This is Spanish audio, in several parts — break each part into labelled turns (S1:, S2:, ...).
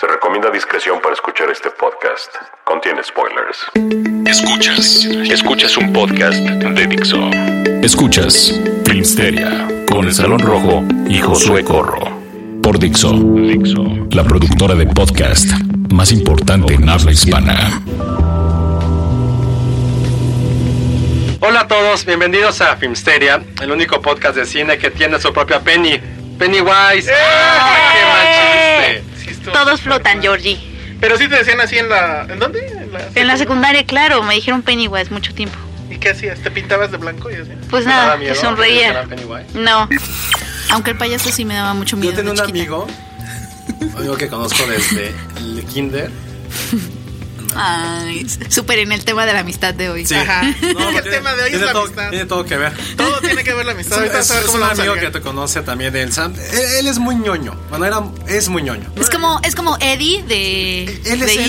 S1: Se recomienda discreción para escuchar este podcast. Contiene spoilers.
S2: Escuchas, escuchas un podcast de Dixo. Escuchas Filmsteria con el Salón Rojo y Josué Corro. Por Dixo, la productora de podcast más importante en habla hispana.
S3: Hola a todos, bienvenidos a Filmsteria, el único podcast de cine que tiene su propia Penny.
S4: ¡Eh!
S3: Pennywise. ¡Ay, ¡Qué mal
S4: Ah,
S3: chiste! Sí,
S5: Todos flotan, Georgie.
S4: Pero sí te decían así en la... ¿En dónde? En la,
S5: En la secundaria, claro, me dijeron Pennywise mucho tiempo.
S4: ¿Y qué hacías? ¿Te pintabas de blanco y así?
S5: Pues
S3: ¿Te daba
S5: nada,
S3: miedo
S5: que sonreía.
S3: que te dijera Pennywise?
S5: No. Aunque el payaso sí me daba mucho miedo.
S3: Yo tenía un
S5: de chiquita.
S3: amigo, un amigo que conozco desde el kinder.
S5: Ay, súper en el tema de la amistad de hoy.
S4: Ajá. No, el tema de hoy es
S3: tiene
S4: la
S3: todo,
S4: amistad.
S3: Tiene todo que ver.
S4: Todo tiene que ver la amistad. Ahorita
S3: Es,
S4: vas a ver
S3: es
S4: cómo
S3: un
S4: la vamos a
S3: amigo que
S4: ligar.
S3: te conoce también del Sam. Él, él es muy ñoño. Bueno, era, es muy ñoño.
S5: Es como, es como Eddie de.
S3: Él
S5: de
S3: es
S5: It.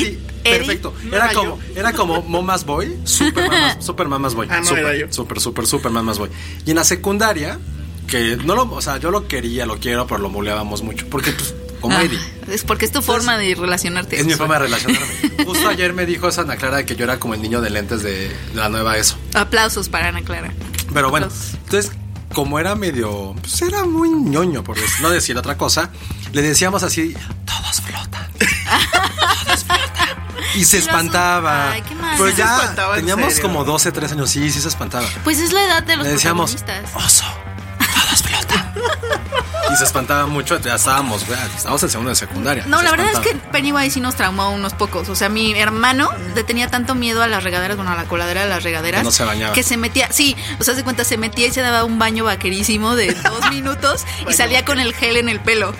S3: Eddie. Perfecto. Era
S4: era yo.
S3: como, era como Mamas Boy, super Mamas, super Mamas Boy.
S4: Ah, no,
S3: super,
S4: era yo.
S3: super, super, super Mamas Boy. Y en la secundaria, que no lo, o sea, yo lo quería, lo quiero, pero lo muleábamos mucho. Porque, pues, como
S5: Ah,
S3: Eddie.
S5: es porque es tu forma de relacionarte.
S3: Es mi forma de relacionarme. Justo ayer me dijo esa Ana Clara que yo era como el niño de lentes de, de la nueva E ESO.
S5: Aplausos para Ana Clara.
S3: Pero bueno,
S5: Aplausos.
S3: entonces, como era medio. Pues era muy ñoño, por des- no decir otra cosa, le decíamos así: todos flotan. todos flotan. Y se
S5: Eras un-
S3: espantaba.
S5: Ay, qué mal.
S3: Pero
S5: Se
S3: ya
S4: espantaba, en
S3: teníamos
S4: serio.
S3: como 12, 13 años. Sí, sí se espantaba.
S5: Pues es la edad de los
S3: Le decíamos:
S5: protagonistas.
S3: oso, todos flotan. y se espantaba mucho. Ya estábamos, güey, estábamos en segundo de secundaria.
S5: No,
S3: se
S5: la verdad es que
S3: espantaba.
S5: Pennywise sí nos traumó a unos pocos. O sea, mi hermano le tenía tanto miedo a las regaderas, bueno, a la coladera de las regaderas.
S3: Que no se bañaba.
S5: Que se metía, sí, o sea, se cuenta, se metía y se daba un baño vaquerísimo de dos minutos y salía con el gel en el pelo.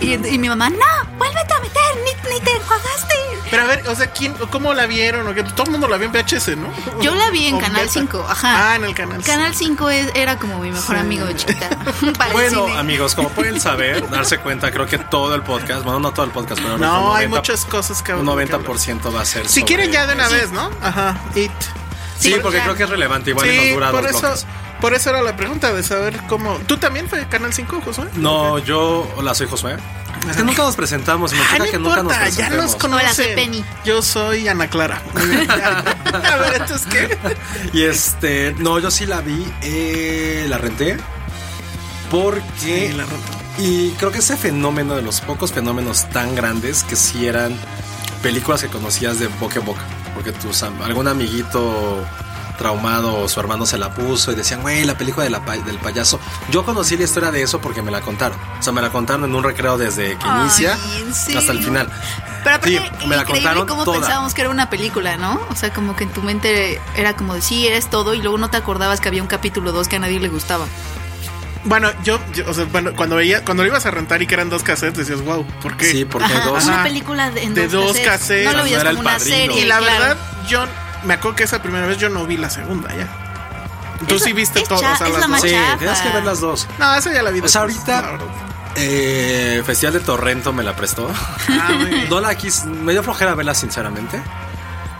S5: Y, y mi mamá, no, vuélvete a meter, ni, ni te enjuagaste.
S4: Pero a ver, o sea, ¿quién, o ¿cómo la vieron? ¿O qué? Todo el mundo la vio en VHS, ¿no?
S5: Yo la vi en
S4: O
S5: Canal
S4: Beta.
S5: 5, ajá.
S4: Ah, en el Canal 5.
S5: Canal 5 es- era como mi mejor amigo de chiquita. Para el
S3: Bueno,
S5: cine.
S3: amigos, como pueden saber, darse cuenta, creo que todo el podcast, bueno, no todo el podcast, pero
S4: No, hay
S3: muchas
S4: muchas cosas que
S3: Un
S4: hablan, que
S3: 90% va a ser.
S4: Si
S3: sobre
S4: quieren ya de una
S3: eso.
S4: vez, ¿no? Ajá. It.
S3: Sí,
S5: Sí,
S3: porque
S5: ya.
S3: creo que es relevante, igual y
S4: sí,
S3: nos dura
S4: por
S3: dos
S4: eso,
S3: bloques.
S4: por eso era la pregunta de saber cómo. ¿Tú también fue Canal 5, Josué?
S3: No, yo, hola, soy Josué. Es que nunca nos presentamos, me
S4: Ah,
S3: encanta
S4: no
S3: que nunca nos
S4: importa, ya
S3: presentemos.
S4: nos conocen.
S5: Hola, soy Penny.
S4: Yo soy Ana Clara. A ver, entonces qué.
S3: Y este, no, yo sí la vi, eh, la renté. Porque.
S4: Sí, la renté.
S3: Y creo que ese fenómeno de los pocos fenómenos tan grandes que sí eran películas que conocías de boca en boca. Porque tus, am- algún amiguito traumado o su hermano se la puso y decían, güey, la película de la pa- del payaso. Yo conocí la historia de eso porque me la contaron. O sea, me la contaron en un recreo desde que
S5: Ay,
S3: inicia
S5: ¿en serio?
S3: hasta el final.
S5: Pero aparte,
S3: Sí, me la
S5: increíble
S3: contaron
S5: cómo
S3: toda.
S5: pensábamos que era una película, ¿no? O sea, como que en tu mente era como de sí, eres todo, y luego no te acordabas que había un capítulo 2 que a nadie le gustaba.
S4: Bueno, yo, yo, o sea, bueno, cuando veía, cuando lo ibas a rentar y que eran dos cassettes, decías, wow, ¿por qué?
S3: Sí, porque
S5: Ajá,
S3: dos.
S5: una
S4: Ajá.
S5: película de, en
S4: De dos cassettes.
S5: No lo
S4: No
S5: veías
S3: era
S5: como
S3: El
S5: una
S3: Padrino.
S5: serie.
S4: y la
S5: claro.
S4: verdad, yo me acuerdo que esa primera vez yo no vi la segunda ya. Tú
S5: Es-
S4: sí viste
S5: es
S4: todo, o
S5: cha-
S4: sea,
S5: es
S4: las
S5: la
S4: dos.
S5: macha-
S3: Sí,
S5: Chafa.
S3: tienes que ver las dos.
S4: No, esa ya la vi.
S3: O sea,
S4: después,
S3: ahorita-
S4: la verdad.
S3: Eh, Festival de Torrento me la prestó.
S4: Ah, muy bien.
S3: No la quis, me dio flojera verla sinceramente.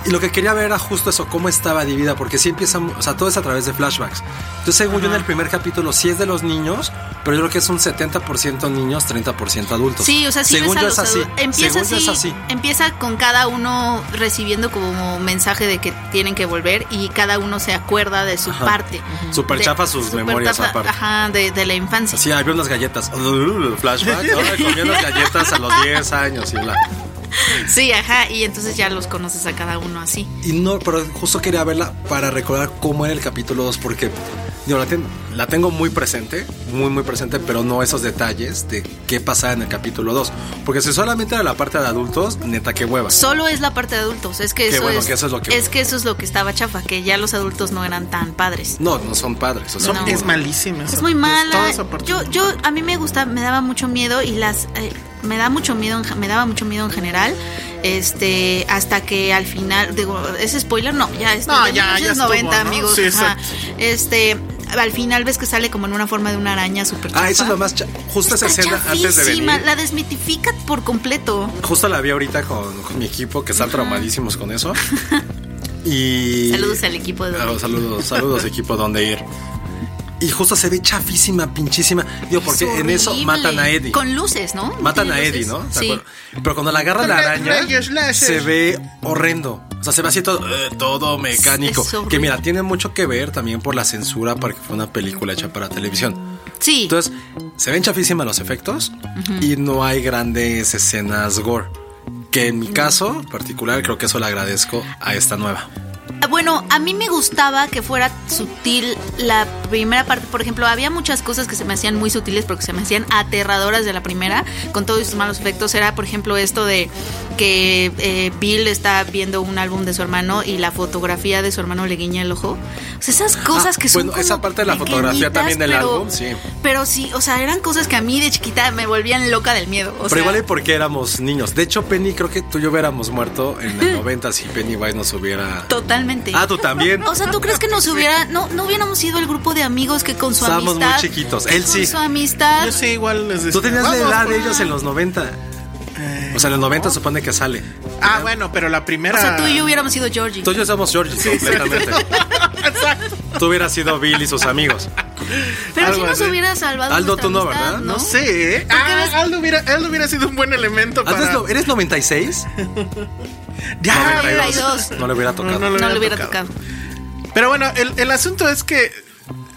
S3: Y lo que quería ver era justo eso, cómo estaba dividida, porque sí empieza, o sea, todo es a través de flashbacks. Entonces, según yo, en el primer capítulo sí es de los niños, pero yo creo que es un 70% niños, 30% adultos.
S5: Sí, o sea, sí ves
S3: según
S5: a
S3: yo
S5: los
S3: es así.
S5: adu- Empieza
S3: según
S5: así,
S3: yo es así.
S5: Empieza con cada uno recibiendo como mensaje de que tienen que volver y cada uno se acuerda de su
S3: Ajá.
S5: parte.
S3: Super
S5: De-
S3: chafa sus
S5: super
S3: memorias
S5: tapa-
S3: aparte.
S5: Ajá, de, de la infancia.
S3: Sí, abrió unas galletas. Flashback, ¿no? Comí unas galletas a los 10 años y la.
S5: Sí, ajá, y entonces ya los conoces a cada uno así.
S3: Y no, pero justo quería verla para recordar cómo era el capítulo 2, porque digo, la, ten- la tengo muy presente, muy, muy presente, pero no esos detalles de qué pasaba en el capítulo 2. Porque si solamente era la parte de adultos, neta, qué huevas.
S5: Solo es la parte de adultos, es que
S3: Qué
S5: eso,
S3: bueno
S5: es,
S3: que eso es lo que-
S5: que eso es lo que estaba chafa, que ya los adultos no eran tan padres.
S3: No, no son padres. o sea,
S5: No.
S4: Es malísima. esa-
S5: Es muy
S4: toda
S5: mala.
S4: esa parte.
S5: Yo, yo, a mí me gusta, me daba mucho miedo y las, eh, me da mucho miedo, en ge- me daba mucho miedo en general. Este, hasta que al final, digo, ¿es spoiler? No, ya es
S4: No,
S5: de
S4: ya- ya estuvo,
S5: 1990,
S4: ¿no?
S5: amigos.
S4: Sí,
S5: ajá.
S4: exacto.
S5: Este, al final ves que sale como en una forma de una araña súper
S3: Ah, eso es
S5: chafa.
S3: lo más. cha- Justo esa
S5: Está
S3: escena antes de
S5: chafísima,
S3: venir.
S5: La desmitifica por completo.
S3: Justo la vi ahorita con, con mi equipo, que están traumadísimos con eso. Y.
S5: Saludos al equipo de
S3: Claro, saludos, saludos equipo donde ir. Y justo se ve chafísima, pinchísima. Digo, porque
S5: Es
S3: en eso
S5: horrible.
S3: matan a Eddie.
S5: Con luces, ¿no?
S3: Matan a
S5: Tiene
S3: Eddie,
S5: luces.
S3: ¿no? ¿Se
S5: Sí.
S3: acuerdan? Pero cuando la agarra la
S4: Ra-
S3: araña,
S4: rayos láser.
S3: se ve horrendo. O sea, se ve así todo, eh, todo mecánico.
S5: Es horrible.
S3: que mira, tiene mucho que ver también por la censura, porque fue una película hecha para televisión.
S5: Sí.
S3: Entonces, se ven chafísimas los efectos y no hay grandes escenas gore. Que en mi caso particular, creo que eso le agradezco a esta nueva.
S5: Ah, Bueno, a mí me gustaba que fuera sutil la primera parte. Por ejemplo, había muchas cosas que se me hacían muy sutiles porque se me hacían aterradoras de la primera, con todos sus malos efectos. Era, por ejemplo, esto de que eh, Bill está viendo un álbum de su hermano y la fotografía de su hermano le guiña el ojo. O sea, esas cosas
S3: Ah,
S5: que son.
S3: bueno, esa
S5: como
S3: parte de la fotografía
S5: pequeñitas,
S3: también del
S5: pero-
S3: álbum, sí.
S5: Pero sí, o sea, eran cosas que a mí de chiquita me volvían loca del miedo. O
S3: Pero
S5: sea,
S3: igual y porque éramos niños. De hecho, Penny, creo que tú y yo hubiéramos muerto en los 90 si Pennywise nos hubiera.
S5: Totalmente.
S3: Ah, tú también.
S5: O sea, ¿tú crees que nos hubiera, no, no hubiéramos sido el grupo de amigos que con su
S3: Estábamos muy
S5: amistad.
S3: chiquitos. Él
S5: con
S3: sí.
S5: su amistad.
S4: Yo sí, igual les decía.
S3: Tú tenías la
S4: "Vamos Eh,
S3: edad
S4: por Ah,
S3: de ellos
S4: una".
S3: en los 90. O sea, en los 90 supone que sale.
S4: Ah, bueno, pero la primera.
S5: O sea, tú y yo hubiéramos sido Georgie.
S3: Entonces yo somos Georgie completamente.
S4: Exacto.
S3: Tú hubieras sido Bill y sus amigos.
S5: Pero si
S4: algo
S5: nos
S4: así.
S5: hubiera salvado.
S3: Aldo,
S5: nuestra
S3: tú no,
S5: amistad,
S3: ¿verdad?
S4: No sé. ¿eh? Ah,
S5: ves-
S4: Aldo hubiera, Aldo hubiera sido un buen elemento para.
S3: Antes lo- ¿Eres 96?
S4: Ya,
S5: 92.
S3: No le hubiera tocado.
S4: No, no
S5: No lo hubiera tocado.
S4: Pero bueno, el, el asunto es que.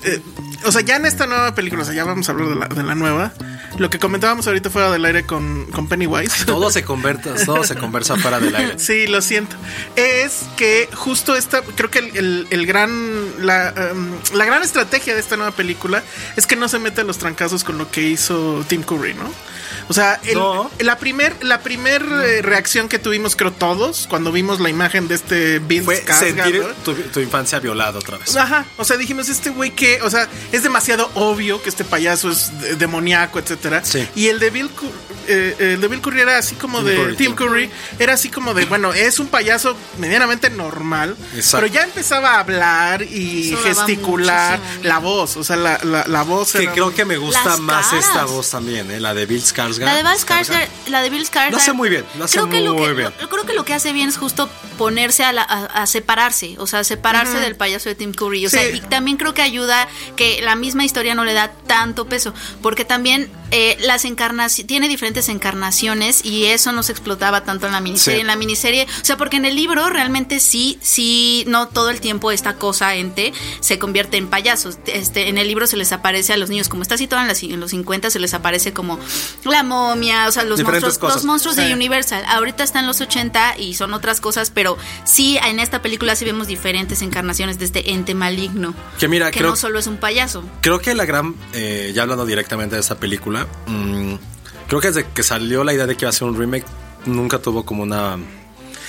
S4: eh, o sea, ya en esta nueva película, o sea, ya vamos a hablar de la, de la nueva. Lo que comentábamos ahorita fuera del aire con, con Pennywise.
S3: Todo se conversa, todo se conversa fuera del aire.
S4: Sí, lo siento. Es que justo esta, creo que el, el- el gran, la, em, la gran estrategia de esta nueva película es que no se mete a los trancazos con lo que hizo Tim Curry, ¿no? O sea, el-
S3: No.
S4: la primer, la primer eh, reacción que tuvimos, creo todos, cuando vimos la imagen de este Bill
S3: Fue
S4: Skarsgård,
S3: sentir
S4: ¿no?
S3: tu, tu infancia violada otra vez.
S4: Ajá, o sea, dijimos, este güey que, o sea, es demasiado obvio que este payaso es de- demoníaco, etcétera.
S3: Sí.
S4: Y el de Bill, Cur- eh, el de Bill Curry era así como
S3: Tim
S4: de,
S3: Curry,
S4: Tim
S3: Tim.
S4: Curry, era así como de, bueno, es un payaso medianamente normal,
S3: Exacto.
S4: pero ya empezaba a hablar y
S5: Eso daba
S4: gesticular
S5: muchísimo miedo.
S4: la voz, o sea, la, la, la voz
S3: Que
S4: era
S3: creo
S4: muy-
S3: que me gusta
S5: Las
S3: más
S5: caras.
S3: esta voz también, ¿eh? la de Bill Skarsgård.
S5: La de Bill Skarsgård, la de Bill Skarsgård.
S3: Lo hace muy bien, lo hace
S5: creo que lo
S3: muy
S5: que,
S3: bien.
S5: lo- creo que lo que hace bien es justo ponerse a, la- a- a separarse, o sea, separarse del payaso de Tim Curry. O sea,
S4: Sí.
S5: y también creo que ayuda que la misma historia no le da tanto peso, porque también eh, las encarnaciones, tiene diferentes encarnaciones y eso no se explotaba tanto en la miniserie.
S3: Sí.
S5: En la miniserie, o sea, porque en el libro realmente sí, sí, no todo el tiempo esta cosa, ente, se convierte en payasos. Este, en el libro se les aparece a los niños, como está situado en, las- en los 50, se les aparece como la momia, o sea, los
S3: Diferentes
S5: monstruos,
S3: cosas.
S5: los monstruos
S4: Sí.
S5: de Universal. Ahorita están los 80 y son otras cosas, pero sí, en esta película sí vemos diferentes encarnaciones de este ente maligno.
S3: Que mira,
S5: que
S3: creo-
S5: no solo es un payaso.
S3: Creo que la gran, eh, ya hablando directamente de esta película, mm, creo que desde que salió la idea de que iba a ser un remake, nunca tuvo como una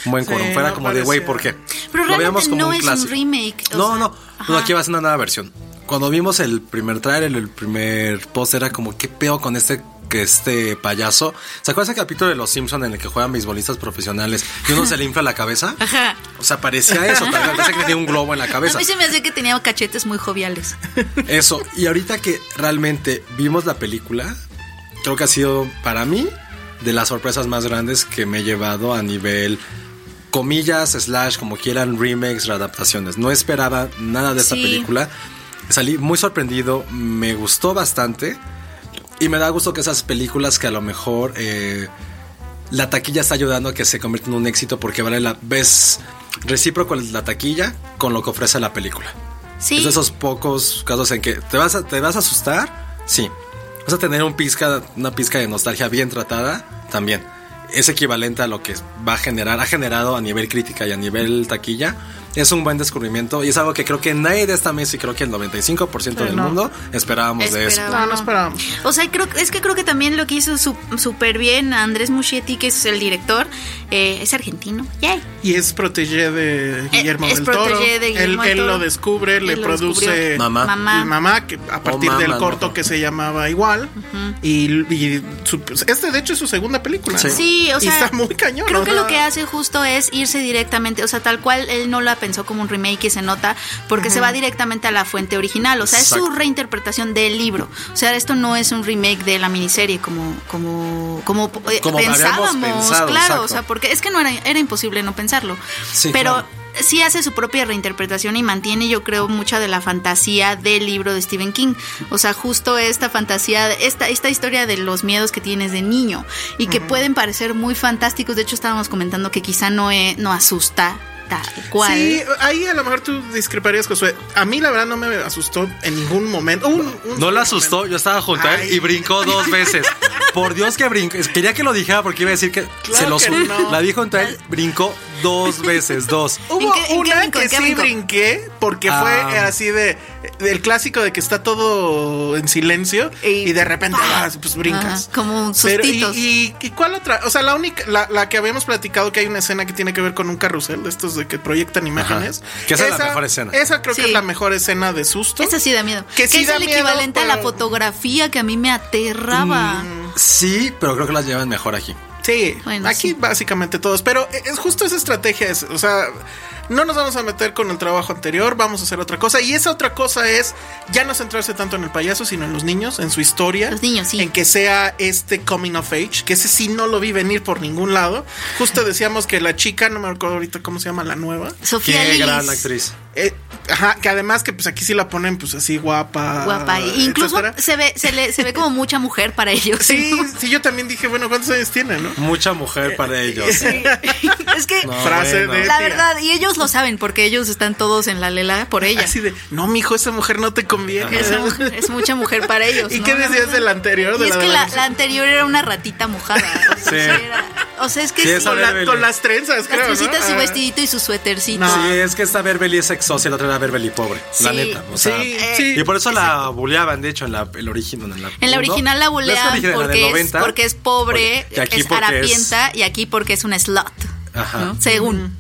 S3: un buen
S4: Sí,
S3: quórum. Fuera
S4: no
S3: como de, güey,
S4: parecía.
S3: ¿por qué?
S5: Pero
S3: Lo veíamos
S5: realmente
S3: como
S5: no
S3: un
S5: es
S3: clásico.
S5: un remake. o
S3: No,
S5: sea,
S3: no, no,
S5: ajá.
S3: aquí va a ser una nueva versión. Cuando vimos el primer trailer, el primer post, era como, ¿qué peo con este que este payaso? ¿Se acuerdan ese capítulo de Los Simpsons en el que juegan beisbolistas profesionales y uno se le infla la cabeza?
S5: Ajá.
S3: O sea, parecía eso, tal cual, parecía que tenía un globo en la cabeza.
S5: A mí se me hace que tenía cachetes muy joviales.
S3: Eso, y ahorita que realmente vimos la película, creo que ha sido para mí de las sorpresas más grandes que me he llevado a nivel comillas, slash, como quieran, remakes, readaptaciones. No esperaba nada de esta
S5: Sí.
S3: película. Salí muy sorprendido, me gustó bastante. Y me da gusto que esas películas que a lo mejor eh, la taquilla está ayudando a que se convierta en un éxito porque vale la ves recíproco la taquilla con lo que ofrece la película.
S5: Sí.
S3: Es de esos pocos casos en que te vas a, te vas a asustar, sí. Vas a tener un pizca, una pizca de nostalgia bien tratada, también. Es equivalente a lo que va a generar, ha generado a nivel crítica y a nivel taquilla. Es un buen descubrimiento y es algo que creo que nadie de esta mesa y creo que el 95% del
S4: no.
S3: mundo esperábamos de
S5: Esperaba.
S3: esto.
S4: No, no esperábamos.
S5: O sea, creo, es que creo que también lo que hizo su- súper bien Andrés Muschietti, que es el director, eh, es argentino. Yay.
S4: Y es protege de Guillermo
S5: Eh, es
S4: del
S5: protégé
S4: Toro.
S5: de Guillermo
S4: él,
S5: del
S4: él
S5: Toro.
S4: lo descubre, le
S5: Él lo
S4: produce
S5: descubrió.
S3: Mamá.
S5: Ah.
S4: y mamá, que a partir
S3: mamá,
S4: del
S3: Oh, no.
S4: corto que se llamaba igual. Y, y su- este, de hecho, es su segunda película.
S3: Sí.
S5: Sí, o
S4: Y
S5: sea,
S4: está muy cañón,
S5: Creo
S4: o
S5: que
S4: sea.
S5: lo que hace justo es irse directamente, o sea, tal cual él no la pensó como un remake y se nota, porque se va directamente a la fuente original, o sea, es su
S3: Exacto.
S5: reinterpretación del libro. O sea, esto no es un remake de la miniserie como como como, eh,
S3: Como habíamos
S5: pensábamos,
S3: pensado,
S5: claro,
S3: exacto.
S5: o sea, porque es que no era era imposible no pensarlo.
S3: Sí,
S5: Pero
S3: claro.
S5: sí hace su propia reinterpretación y mantiene, yo creo, mucha de la fantasía del libro de Stephen King. O sea, justo esta fantasía, esta, esta historia de los miedos que tienes de niño y que pueden parecer muy fantásticos. De hecho, estábamos comentando que quizá no, eh, no asusta tal cual.
S4: Sí, ahí a lo mejor tú discreparías, Josué. A mí, la verdad, no me asustó en ningún momento. Un- un
S3: No
S4: solo
S3: la asustó, yo estaba junto a él
S4: Ay.
S3: y brincó dos veces. Por Dios que brincó. Quería que lo dijera porque iba a decir que se lo
S4: que
S3: juro.
S4: no.
S3: La vi junto a él, brincó dos veces, dos.
S4: Hubo
S5: ¿En qué- en qué
S4: una
S5: brinco?
S4: que
S5: ¿En qué
S4: sí
S5: brinco?
S4: brinqué porque fue
S3: Ah.
S4: así de del clásico de que está todo en silencio y,
S5: Y-
S4: de repente
S5: ¡pah!
S4: ah, pues brincas.
S5: Ajá, como un
S4: Pero, y-
S5: sustitos.
S4: y, y cuál otra? O sea, la única la, la que habíamos platicado que hay una escena que tiene que ver con un carrusel, de estos de que proyectan imágenes.
S3: Que esa es la mejor escena.
S4: Esa creo
S5: Sí.
S4: que es la mejor escena de susto.
S5: Esa sí da miedo.
S4: Que sí
S5: es
S4: da
S5: el
S4: miedo,
S5: equivalente a la
S4: pero- Mm,
S5: fotografía que a mí me aterraba.
S3: Sí, pero creo que las llevan mejor aquí.
S4: Sí,
S5: Bueno,
S4: aquí
S5: sí.
S4: básicamente todos, pero es justo esa estrategia, es, o sea, no nos vamos a meter con el trabajo anterior, vamos a hacer otra cosa y esa otra cosa es ya no centrarse tanto en el payaso, sino en los niños, en su historia.
S5: Los niños, sí.
S4: En que sea este coming of age, que ese sí no lo vi venir por ningún lado. Justo decíamos que la chica, no me acuerdo ahorita cómo se llama la nueva.
S5: Sofía
S3: Qué
S5: Lillis.
S3: gran actriz.
S4: eh, ajá, que además que pues aquí sí la ponen pues así guapa.
S5: Guapa. E Incluso
S4: Ah, etcétera.
S5: se ve, se, le, se ve como mucha mujer para ellos.
S4: Sí, sí, yo también dije, bueno, ¿cuántos años tiene, no?
S3: Mucha mujer
S5: Eh,
S3: para ellos.
S5: es que
S3: No,
S4: Frase
S3: bueno.
S4: de
S5: La
S4: tía.
S5: verdad, y ellos lo saben porque ellos están todos en la lela por ella.
S4: Así de, no, mijo, esa mujer no te conviene.
S5: Esa mujer- es mucha mujer para ellos.
S4: ¿Y
S5: ¿no?
S4: qué decías de la anterior?
S5: Y
S4: De
S5: es
S4: la
S5: que
S4: de
S5: la,
S4: la-
S5: la anterior era una ratita mojada. O sea,
S3: Sí.
S5: era- o sea, es que
S3: Sí,
S5: sí,
S3: esa
S4: con,
S3: de-
S4: la- con las trenzas,
S5: las
S4: creo. ¿no?
S5: trucitas, su
S4: Ah,
S5: vestidito y su suétercito.
S4: No.
S3: Sí, es que esta Berbeli es exocia, la otra era Berbeli pobre. La
S5: Sí.
S3: neta. o sea,
S4: Sí,
S5: Eh,
S4: sí.
S3: Y por eso la buleaban, de hecho, en la, el original. En la,
S5: En la
S3: uno.
S5: original la
S3: Es que
S5: bulean
S3: original, la del
S5: porque, es,
S3: 90.
S5: porque es pobre,
S3: Y aquí
S5: es
S3: porque
S5: harapienta y aquí porque es una slot.
S3: Ajá.
S5: Según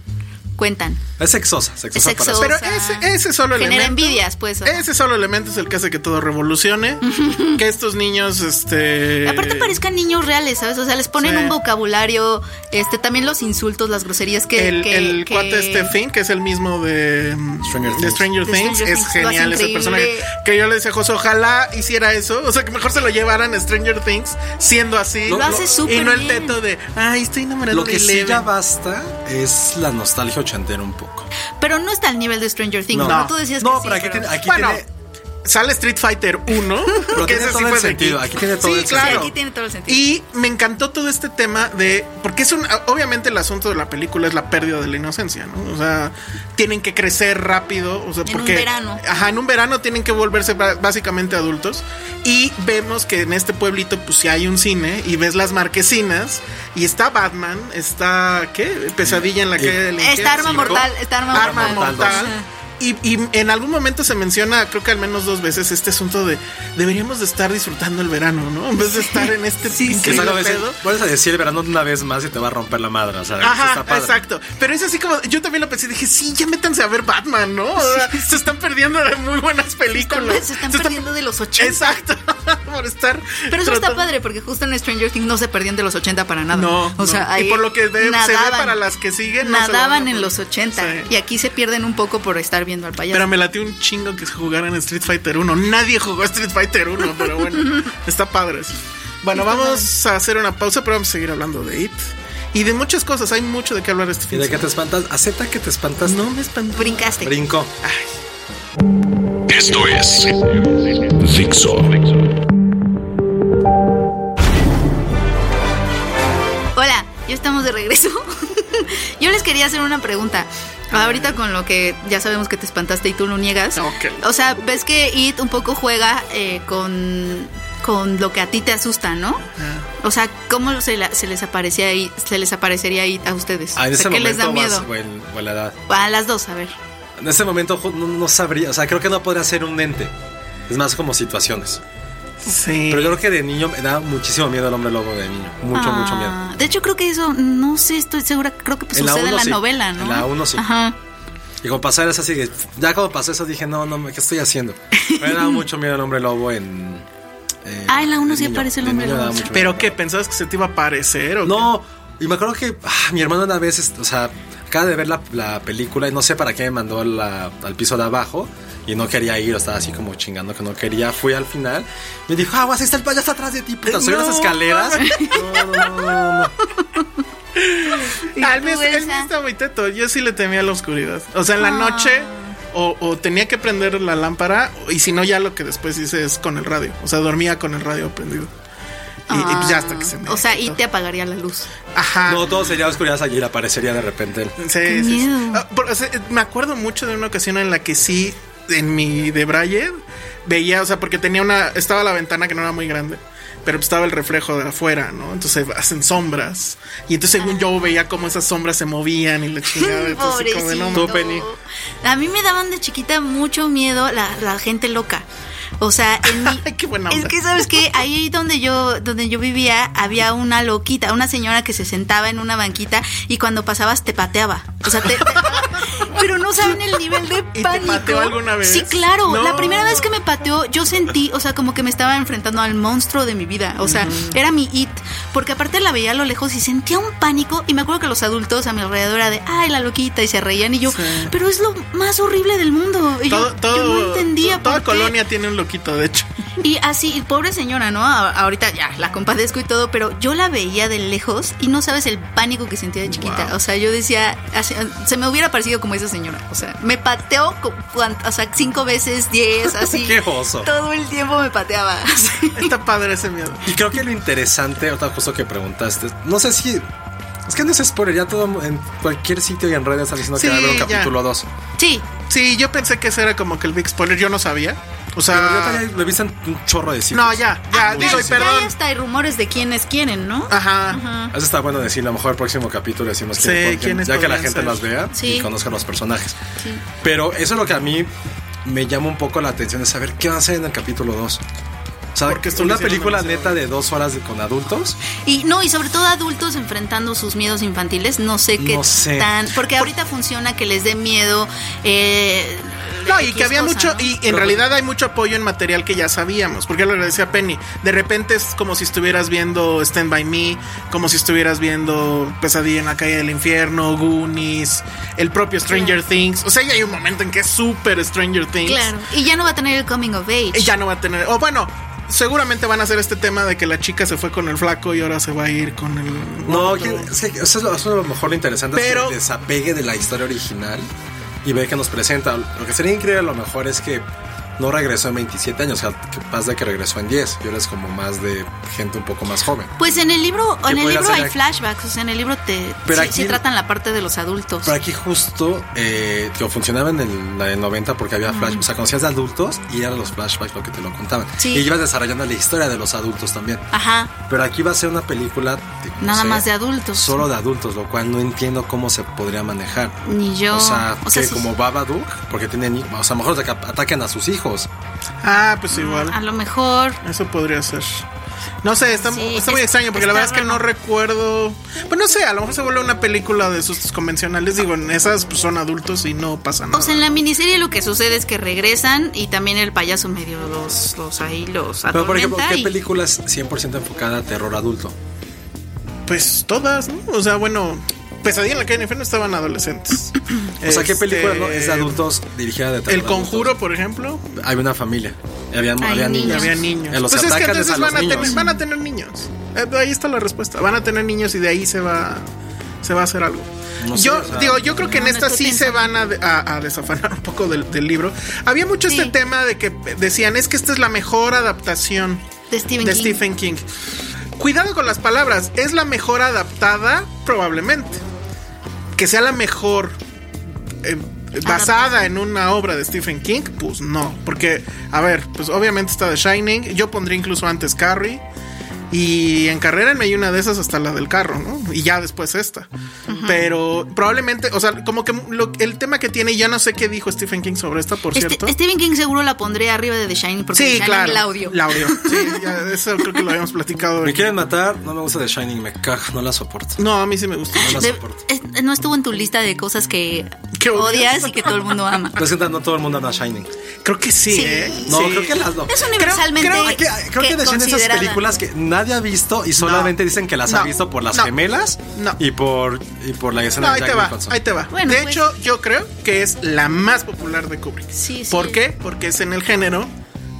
S5: cuentan.
S3: Es sexosa,
S5: Es
S3: sexosa
S5: sexosa.
S3: para
S4: Mm. Pero ese- ese solo
S5: Genera
S4: elemento-
S5: envidias, pues. o sea.
S4: Ese solo elemento es el que hace que todo revolucione. que estos niños, este.
S5: Aparte parezcan niños reales, ¿sabes? O sea, les ponen
S4: Sí.
S5: un vocabulario, este, también los insultos, las groserías que...
S4: El,
S5: que-
S4: el
S5: que-
S4: cuate este Finn, que es el mismo de mm,
S3: Stranger
S4: de
S3: Things.
S4: Stranger
S5: De
S4: Things,
S5: Stranger Things,
S4: es
S5: lo hace
S4: genial ese
S5: increíble.
S4: personaje. Que yo le decía a José, ojalá hiciera eso. O sea, que mejor se lo llevaran a Stranger Things siendo así.
S3: Lo hace
S4: Y
S5: súper
S4: no el
S5: bien.
S4: teto de, ay, estoy enamorado
S3: Lo que
S4: de
S3: sí
S4: Eleven".
S3: ya basta es la nostalgia ochentera un poco.
S5: Pero no está al nivel de Stranger Things,
S3: No.
S5: ¿no? Tú decías
S3: No,
S5: que sí,
S3: pero aquí
S5: pero-
S3: tiene- aquí
S4: bueno,
S3: tiene-
S4: sale Street Fighter 1.
S3: Pero
S4: que
S3: tiene
S4: ese
S3: todo
S4: sí
S3: el
S4: fue de
S3: sentido,
S4: geeks.
S3: aquí tiene todo
S4: Sí,
S3: el
S4: claro.
S5: Sí, aquí tiene todo el sentido.
S4: Y me encantó todo este tema de. Porque es un. Obviamente, el asunto de la película es la pérdida de la inocencia, ¿no? O sea, tienen que crecer rápido. O sea,
S5: En un
S4: porque.
S5: verano.
S4: Ajá, en un verano tienen que volverse ba- básicamente adultos. Y vemos que en este pueblito, pues sí hay un cine. Y ves las marquesinas. Y está Batman. Está. ¿Qué? Pesadilla en la
S3: Y-
S4: calle del
S5: Esta arma
S4: infierno.
S5: mortal, esta arma,
S4: Arma
S5: mortal.
S4: mortal.
S5: Ajá.
S4: Y, y en algún momento se menciona, creo que al menos dos veces, este asunto de deberíamos de estar disfrutando el verano, ¿no? En vez de estar en este
S3: Que
S4: increíble
S3: salga a veces,
S4: pedo.
S3: vuelves a decir el verano una vez más y te va a romper la madre. O sea, eso
S4: Ajá,
S3: está padre.
S4: exacto. Pero es así como, yo también lo pensé, dije, sí, ya métanse a ver Batman, ¿no? O sea, Se están perdiendo de muy buenas películas.
S5: Se están- se están perdiendo de los 80.
S4: Exacto, por estar.
S5: Pero eso está
S4: tratando-
S5: padre, porque justo en Stranger Things no se perdían de los 80 para nada.
S4: No,
S5: o
S4: no.
S5: sea,
S4: Y
S5: ahí
S4: por lo que ve- se ve
S5: nadaban.
S4: para las que siguen, no se
S5: Nadaban
S4: van a-
S5: en los 80.
S4: Sí.
S5: Y aquí se pierden un poco por estar viendo al payaso.
S4: Pero me latió un chingo que jugaran Street Fighter 1. Nadie jugó Street Fighter 1, pero bueno, está padre eso. Bueno, vamos a hacer una pausa, pero vamos a seguir hablando de IT. Y de muchas cosas, hay mucho de qué hablar este
S3: Y
S4: fin
S3: de que te
S4: semana.
S3: espantas, acepta que te espantas.
S4: No me espanté.
S5: Brincaste.
S3: Brincó.
S5: Ah,
S2: Esto es Dixo.
S5: Hola, ya estamos de regreso. Yo les quería hacer una pregunta. Ahorita con lo que ya sabemos que te espantaste y tú lo niegas.
S4: Ok.
S5: O sea, ves que It un poco juega eh, con, con lo que a ti te asusta, ¿no?
S3: Ah.
S5: O sea, ¿cómo se, la- se les aparecía ahí, se les aparecería ahí a ustedes?
S3: Ah, en
S5: O sea,
S3: ese
S5: ¿Qué les da
S3: momento
S5: miedo?
S3: vas, o en- o en la edad.
S5: A las dos, a ver.
S3: En ese momento ju- no, no sabría, o sea, creo que no podría ser un ente. Es más como situaciones.
S4: Sí.
S3: Pero yo creo que de niño me daba muchísimo miedo el hombre lobo de niño. Mucho,
S5: Ah,
S3: mucho miedo.
S5: De hecho, creo que eso, no sé, estoy segura, creo que pues,
S3: En la
S5: sucede en
S3: uno
S5: la
S3: sí.
S5: novela, ¿no?
S3: En la uno sí.
S5: Ajá.
S3: Y como pasar eso así, de- ya cuando pasó eso dije, no, no, me- ¿qué estoy haciendo? Me daba mucho miedo el hombre lobo en... eh,
S5: Ah, en la uno
S3: de
S5: sí
S3: niño.
S5: aparece el
S3: De
S5: hombre
S3: niño me
S5: lobo.
S3: daba mucho miedo.
S4: ¿Pero qué? ¿Pensabas que se te iba a parecer o
S3: No, y me acuerdo que ah, mi hermano una vez, est- o sea, acaba de ver la, la película y no sé para qué me mandó la- al piso de abajo y no quería ir, o estaba así como chingando que no quería. Fui al final, me dijo, ah, vas a estar el payaso atrás de ti, puta, subí
S4: Eh, No,
S3: las escaleras. No, no, no, no, no.
S4: qué? Ah, el mío-
S5: tú,
S4: el mío
S5: Elsa? Ah.
S4: estaba muy teto. Yo sí le temía a la oscuridad. O sea, en la noche o, o tenía que prender la lámpara y si no, ya lo que después hice es con el radio. O sea, dormía con el radio prendido. Y, y pues ya hasta que se me.
S5: Ah. O sea, y
S4: quitó.
S5: te apagaría la luz.
S4: Ajá.
S3: No, todo sería oscuridad allí, aparecería de repente. él.
S4: Sí,
S5: Qué
S4: sí, sí.
S5: miedo.
S4: Ah, por- o sea, me acuerdo mucho de una ocasión en la que sí, en mi de Braille, veía, o sea, porque tenía una, estaba la ventana que no era muy grande, pero pues estaba el reflejo de afuera, ¿no? Entonces hacen sombras. Y entonces según yo veía cómo esas sombras se movían y la chingada. entonces, así como de, no,
S5: Ah. Pobrecito.
S4: mames.
S5: A mí me daban de chiquita mucho miedo la, la gente loca. O sea, en mi-
S4: Ay, qué buena
S5: es
S4: onda.
S5: que sabes que ahí donde yo donde yo vivía había una loquita, una señora que se sentaba en una banquita y cuando pasabas te pateaba. O sea, te- te- pero no saben el nivel de
S4: te
S5: pánico.
S4: pateó alguna vez?
S5: Sí, claro.
S4: No.
S5: La primera vez que me pateó, yo sentí, o sea, como que me estaba enfrentando al monstruo de mi vida. O sea, era mi it. Porque aparte la veía a lo lejos y sentía un pánico. Y me acuerdo que los adultos a mi alrededor era de, ay, la loquita, y se reían. Y yo, pero es lo más horrible del mundo. Y
S4: Todo,
S5: yo, yo
S4: todo,
S5: no entendía
S4: toda
S5: por qué.
S4: colonia tiene un loquito, de hecho.
S5: Y así, y pobre señora, ¿no? A- Ahorita ya la compadezco y todo, pero yo la veía de lejos y no sabes el pánico que sentía de chiquita. O sea, yo decía, así, se me hubiera parecido como esa señora. O sea, me pateó, co- cuant- o sea, cinco veces, diez, así.
S3: Qué oso.
S5: Todo el tiempo me pateaba. así.
S4: Está padre ese miedo.
S3: Y creo que lo interesante, otra cosa que preguntaste, no sé si. Es que no es spoiler, ya todo en cualquier sitio y en redes están diciendo
S4: Sí,
S3: que va a haber un
S4: ya.
S3: capítulo 2.
S5: Sí,
S4: Sí, yo pensé que ese era como que el big spoiler, yo no sabía. O
S3: Pero
S4: sea,
S3: yo ya lo he visto en un chorro de sitios.
S4: no, ya, ya,
S5: Ah,
S4: digo, y
S5: ya,
S4: perdón. Ah.
S5: ya hasta hay rumores de quienes quieren, ¿no?
S4: Ajá.
S3: Eso está bueno decir, a lo mejor el próximo capítulo decimos
S4: Sí,
S3: quién,
S4: quiénes
S3: ya que la
S4: podrían
S3: gente
S4: ser.
S3: las vea
S5: Sí.
S3: y conozca los personajes.
S5: Sí.
S3: Pero eso es lo que a mí me llama un poco la atención, es saber qué va a hacer en el capítulo 2. O sea,
S4: Porque esto lo
S3: una
S4: hicieron
S3: película
S4: demasiado.
S3: neta de dos horas de- con adultos,
S5: Y no, y sobre todo adultos enfrentando sus miedos infantiles, no sé qué
S3: No sé.
S5: tan. Porque ahorita funciona que les dé miedo. eh,
S4: No, y
S5: X
S4: que había
S5: cosa,
S4: mucho,
S5: ¿no?
S4: y en realidad hay mucho apoyo en material que ya sabíamos, porque lo decía Penny, de repente es como si estuvieras viendo Stand By Me, como si estuvieras viendo Pesadilla en la calle del infierno, Goonies, el propio Stranger Things, o sea, ya hay un momento en que es súper Stranger Things,
S5: Claro. Y ya no va a tener el coming of age.
S3: Eh,
S4: y ya no va a tener, o bueno, seguramente van a hacer este tema de que la chica se fue con el flaco y ahora se va a ir con el...
S3: no, que- es que eso es, lo, eso es lo mejor lo interesante,
S4: Pero-
S3: es que desapegue de la historia original y ve que nos presenta. Lo que sería increíble a lo mejor es que no regresó en 27 años, o sea, que pasa que regresó en 10, y ahora es como más de gente un poco más joven.
S5: Pues en el libro,
S3: ¿Qué
S5: en el
S3: puede
S5: libro
S3: hacer
S5: hay
S3: aquí?
S5: flashbacks, o sea, en el libro te
S3: Pero
S5: sí, sí
S3: aquí-
S5: tratan la parte de los adultos.
S3: Pero aquí justo eh, digo, funcionaba en el, la del 90 porque había flashbacks. O sea, conocías de adultos y eran los flashbacks lo que te lo contaban.
S5: Sí.
S3: Y ibas desarrollando la historia de los adultos también.
S5: Ajá,
S3: Pero aquí va a ser una película... digo, no
S5: nada
S3: sé,
S5: más de adultos.
S3: Solo de adultos, lo cual no entiendo cómo se podría manejar.
S5: Ni yo.
S3: O sea,
S5: O sea,
S3: que
S5: sí.
S3: como Babadook, porque tienen... hijos, O sea, a lo mejor ataca- atacan a sus hijos.
S4: Ah, pues igual.
S5: A lo mejor.
S4: Eso podría ser. No sé, está,
S5: Sí,
S4: está muy
S5: es-
S4: extraño porque la
S5: está
S4: verdad es que no
S5: raro.
S4: recuerdo. Pues no sé, a lo mejor se vuelve una película de sustos convencionales. Digo, en esas pues, son adultos y no pasa nada.
S5: O sea, Pues en la miniserie lo que sucede es que regresan y también el payaso medio los, los ahí los atormenta.
S3: Pero, por ejemplo, ¿qué
S5: y-
S3: película es 100% enfocada a terror adulto?
S4: Pues todas, ¿no? O sea, bueno, Pesadilla en la calle del infierno estaban adolescentes.
S3: O sea, ¿qué
S4: Este,
S3: película no es de adultos dirigida de terror
S4: El
S3: adulto?
S4: conjuro, por ejemplo.
S3: Hay una familia. y había,
S5: Hay
S3: había
S5: niños.
S3: niños.
S4: Y había
S3: Eh,
S4: niños.
S3: Los
S4: Pues es que
S3: atacan
S4: entonces
S3: a los
S4: van a,
S3: niños.
S4: tener, van a tener niños. Eh, ahí está la respuesta. Van a tener niños y de ahí se va se va a hacer algo.
S3: No sé,
S4: yo
S3: o sea,
S4: digo, yo creo que en
S5: No, no
S4: esta
S5: estoy
S4: sí se van a, a- a desafanar un poco del, del libro. Había mucho este
S5: Sí.
S4: tema de que decían, es que esta es la mejor adaptación
S5: De Stephen
S4: de
S5: King.
S4: Stephen King. Cuidado con las palabras, es la mejor adaptada probablemente. Que sea la mejor eh, basada en una obra de Stephen King, pues no, porque a ver, pues obviamente está The Shining, yo pondría incluso antes Carrie y en carrera me hay una de esas hasta la del carro, ¿no? Y ya después esta. Pero probablemente, o sea, como que lo- el tema que tiene, ya no sé qué dijo Stephen King sobre esta, por
S5: Este-
S4: cierto.
S5: Stephen King seguro la pondría arriba de The Shining porque The
S4: sí,
S5: Shining
S4: claro.
S5: la audio.
S4: La audio. Sí, ya, eso creo que lo habíamos platicado.
S3: Me
S4: aquí.
S3: quieren matar, no me gusta The Shining, me caga, no la soporto.
S4: No, a mí sí me gusta.
S3: No la
S5: De-
S3: soporto.
S5: es- no estuvo en tu lista de cosas que
S4: Que odias.
S5: odias y que todo el mundo ama.
S3: Pero es que no todo el mundo ama Shining.
S4: Creo que sí,
S5: Sí.
S4: ¿eh?
S3: No,
S4: Sí.
S3: creo que las no.
S5: Es universalmente
S3: Creo, creo que, creo que
S5: que
S3: The Shining es esas
S5: considerada.
S3: películas que nadie ha visto y solamente dicen que las
S4: No.
S3: ha visto por las
S4: No.
S3: gemelas
S4: No.
S3: y por y por la escena
S4: No,
S3: de
S4: ahí
S3: Jack
S4: te va,
S3: Nicholson.
S4: ahí te va.
S5: Bueno,
S4: de
S5: pues-
S4: hecho, yo creo que es la más popular de Kubrick.
S5: Sí, sí.
S4: ¿Por qué? Porque es en el género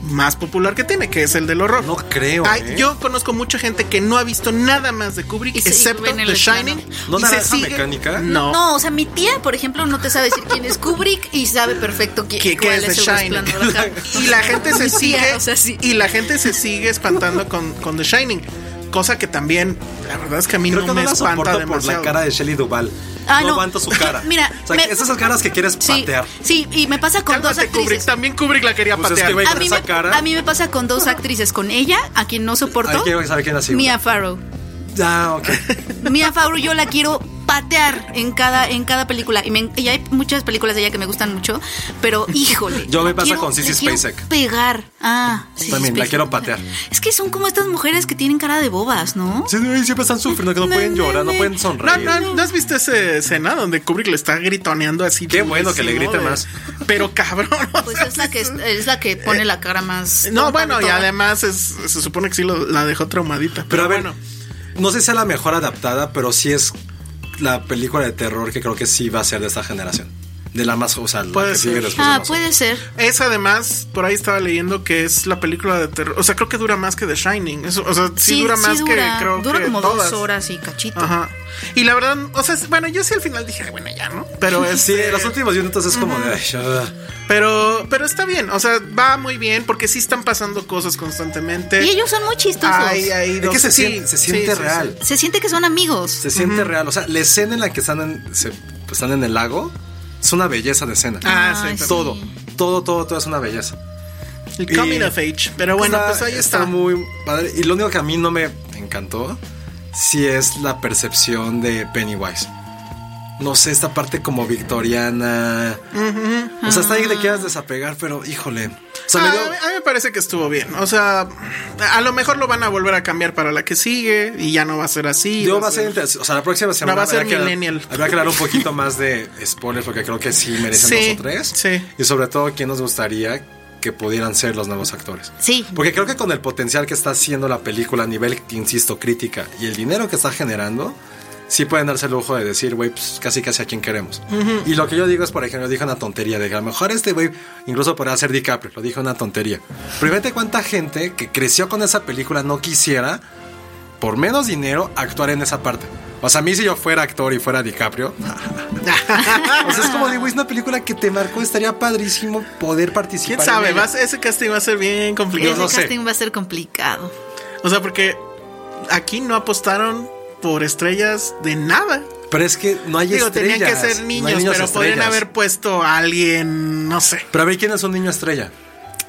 S4: más popular que tiene, que es el del horror.
S3: No creo,
S4: Ay,
S3: ¿eh?
S4: Yo conozco mucha gente que no ha visto nada más de Kubrick,
S5: Y se- y
S4: excepto
S5: ven el
S4: The
S5: estreno.
S4: Shining.
S3: ¿No
S4: y se
S3: Naranja
S4: sigue-
S3: Mecánica?
S4: No.
S5: No, o sea, mi tía, por ejemplo, no te sabe decir quién es Kubrick y sabe perfecto quién
S4: Que, que
S5: cuál
S4: es The
S5: su
S4: Shining.
S5: resplandor acá.
S4: y la gente se
S5: Mi tía,
S4: sigue.
S5: o sea, sí.
S4: Y la gente se sigue espantando con, con The Shining. Cosa que también, la verdad es que a mí
S3: Creo
S4: no
S3: que
S4: me
S3: no la
S4: espanta
S3: soporto por
S4: demasiado.
S3: la cara de Shelley Duvall.
S5: Ah,
S3: no,
S5: no.
S3: aguanto su cara.
S5: Mira,
S3: o sea,
S5: me-
S3: es esas caras que quieres
S5: Sí,
S3: patear.
S5: sí, y me pasa con dos
S4: Cálmate, Kubrick.
S5: actrices.
S4: También Kubrick la quería
S3: Pues es que,
S4: patear.
S3: güey,
S5: A
S3: con
S5: mí,
S3: esa
S5: me,
S3: cara.
S5: a mí me pasa con dos actrices, con ella, a quien no soporto,
S3: Ahí quiero saber quién ha sido.
S5: Mia Farrow.
S3: Ah, ok.
S5: Mia Farrow yo la quiero patear en cada en cada película y, me- y hay muchas películas de ella que me gustan mucho, pero híjole.
S3: Yo me
S5: la
S3: pasa
S5: quiero-
S3: con Sissy
S5: la quiero
S3: Spacek.
S5: Pegar. Ah, Sissy
S3: También, la
S5: Spacek.
S3: quiero patear.
S5: Es que son como estas mujeres que tienen cara de bobas, ¿no?
S3: Sí, güey, siempre están sufriendo, que no pueden llorar, no pueden
S4: No,
S3: sonreír.
S4: no, ¿no has visto esa escena donde Kubrick le está gritoneando así?
S3: Qué bueno que le
S4: durísimo,
S3: grite
S4: de-
S3: más.
S4: Pero cabrón. o
S5: Pues
S4: sea,
S5: es la que es la que pone la cara más
S4: Eh, No,
S5: tonta
S4: bueno,
S5: de
S4: y
S5: todas.
S4: además es- se supone que sí lo- la dejó traumadita. Pero,
S3: Pero a ver,
S4: bueno,
S3: no sé si sea la mejor adaptada, pero sí es la película de terror que creo que sí va a ser de esta generación. De la más, o sea, la
S4: Puede
S3: que sigue
S4: ser.
S3: después de
S5: Ah,
S3: nosotros.
S5: puede ser.
S4: es además, por ahí estaba leyendo que es la película de terror. O sea, creo que dura más que The Shining. Eso, o sea, sí, dura más
S5: dura.
S4: que creo
S5: Dura
S4: que
S5: como
S4: todas.
S5: dos horas y cachito.
S4: Ajá. Y la verdad, o sea, es- bueno, yo sí al final dije, "Ay, bueno, ya, ¿no? Pero es.
S3: Sí, los últimos minutos es como de. ay, ya.
S4: Pero, pero está bien, o sea, va muy bien porque sí están pasando cosas constantemente.
S5: Y ellos son muy chistosos.
S4: Ay, ay,
S3: Es que se,
S4: sí,
S3: siente, se
S4: sí,
S3: siente
S4: sí, sí.
S3: real.
S5: Se siente que son amigos.
S3: Se siente real. O sea, la escena en la que están en, se- están en el lago es una belleza de escena.
S4: Ah, sí,
S5: Ay,
S4: pero-
S3: Todo, todo, todo, todo es una belleza.
S4: El coming
S3: Y-
S4: of age. Pero bueno,
S3: Está-
S4: pues ahí está.
S3: muy padre. Y lo único que a mí no me encantó, sí es la percepción de Pennywise. No sé, esta parte como victoriana. O sea, hasta ahí te quieras desapegar, pero híjole. O sea, me
S4: Ah,
S3: dio-
S4: a, mí, a mí me parece que estuvo bien. O sea, a lo mejor lo van a volver a cambiar para la que sigue y ya no va a ser así.
S3: Yo va a ser interes- O sea, la próxima semana
S4: eh. va a ser
S3: habrá que-
S4: millennial.
S3: Habrá que hablar un poquito más de spoilers porque creo que sí merecen
S4: Sí,
S3: dos o tres.
S4: sí.
S3: Y sobre todo, ¿quién nos gustaría que pudieran ser los nuevos actores?
S5: Sí.
S4: Pues,
S3: Porque creo que con el potencial que está haciendo la película a nivel, insisto, crítica y el dinero que está generando, sí pueden darse el lujo de decir, güey, pues casi casi a quien queremos. Y lo que yo digo es, por ejemplo, dije una tontería, de que a lo mejor este güey incluso podrá ser DiCaprio, lo dije una tontería. Pero fíjate cuánta gente que creció con esa película no quisiera por menos dinero actuar en esa parte. O sea, a mí si yo fuera actor y fuera DiCaprio, o sea, es como de, güey, es una película que te marcó, estaría padrísimo poder participar.
S4: ¿Quién sabe?
S3: en ella.
S4: Va a ser- ese casting va a ser bien complicado.
S5: Ese
S3: no sé.
S5: casting va a ser complicado.
S4: O sea, porque aquí no apostaron por estrellas de nada.
S3: Pero es que no hay
S4: Digo,
S3: estrellas.
S4: tenían que ser
S3: no hay
S4: niños, pero podrían
S3: estrellas.
S4: haber puesto a alguien, no sé.
S3: Pero a ver, ¿quién es un niño estrella?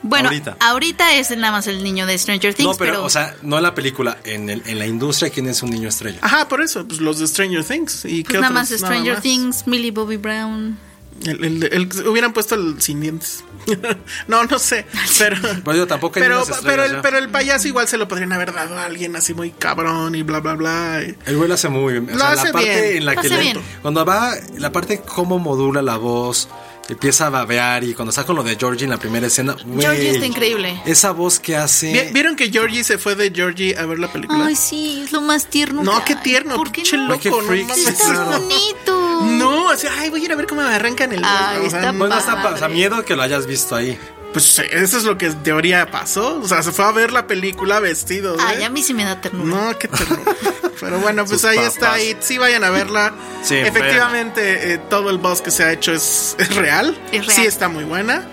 S5: Bueno,
S3: Ahorita.
S5: ahorita, es nada más el niño de Stranger Things,
S3: no, pero, o sea, no en la película, en, el, en la industria, ¿quién es un niño estrella?
S4: Ajá, por eso, pues los de Stranger Things. ¿Y
S5: pues
S4: qué
S5: nada
S4: otros?
S5: más Stranger
S4: más.
S5: Things, Millie Bobby Brown.
S4: El, el- el- hubieran puesto el sin dientes. no, no sé. Pero,
S3: Pero yo Pues tampoco hay
S4: pero,
S3: unas estrellas,
S4: pero, el,
S3: ya.
S4: pero el payaso igual se lo podrían haber dado a alguien así muy cabrón y bla, bla, bla. y-
S3: El güey lo hace muy bien. O
S4: Lo
S3: sea, la
S4: hace
S3: parte
S4: bien.
S3: en la
S5: Lo
S3: que
S5: hace
S3: le-
S5: bien.
S3: cuando va, la parte cómo modula la voz, empieza a babear y cuando está con lo de Georgie en la primera escena. güey,
S5: Georgie está increíble.
S3: Esa voz que hace.
S4: ¿Vi- ¿Vieron que Georgie se fue de Georgie a ver la película?
S5: Ay, sí, es lo más tierno.
S4: no,
S5: que
S4: qué
S5: hay.
S4: tierno.
S5: ¿Por qué
S4: pinche
S5: no?
S3: Ay, qué
S4: loco, no
S3: freak,
S4: mames.
S5: Está
S3: Claro.
S5: bonito.
S4: No, o sea, ay, voy a ir a ver cómo me arrancan el.
S5: Ay,
S4: o sea,
S5: está
S4: no.
S3: pues, Bueno, hasta
S5: padre.
S3: pasa miedo que lo hayas visto ahí.
S4: Pues eso es lo que en teoría pasó. O sea, se fue a ver la película vestido. ¿eh?
S5: Ay, a mí sí me da ternura.
S4: No, qué ternura. Pero bueno, pues
S6: Sus
S4: ahí
S6: papás.
S4: está. Y sí, vayan a verla.
S6: Sí,
S4: Efectivamente, eh, todo el buzz que se ha hecho es, es real.
S5: Es real.
S4: Sí, está muy buena.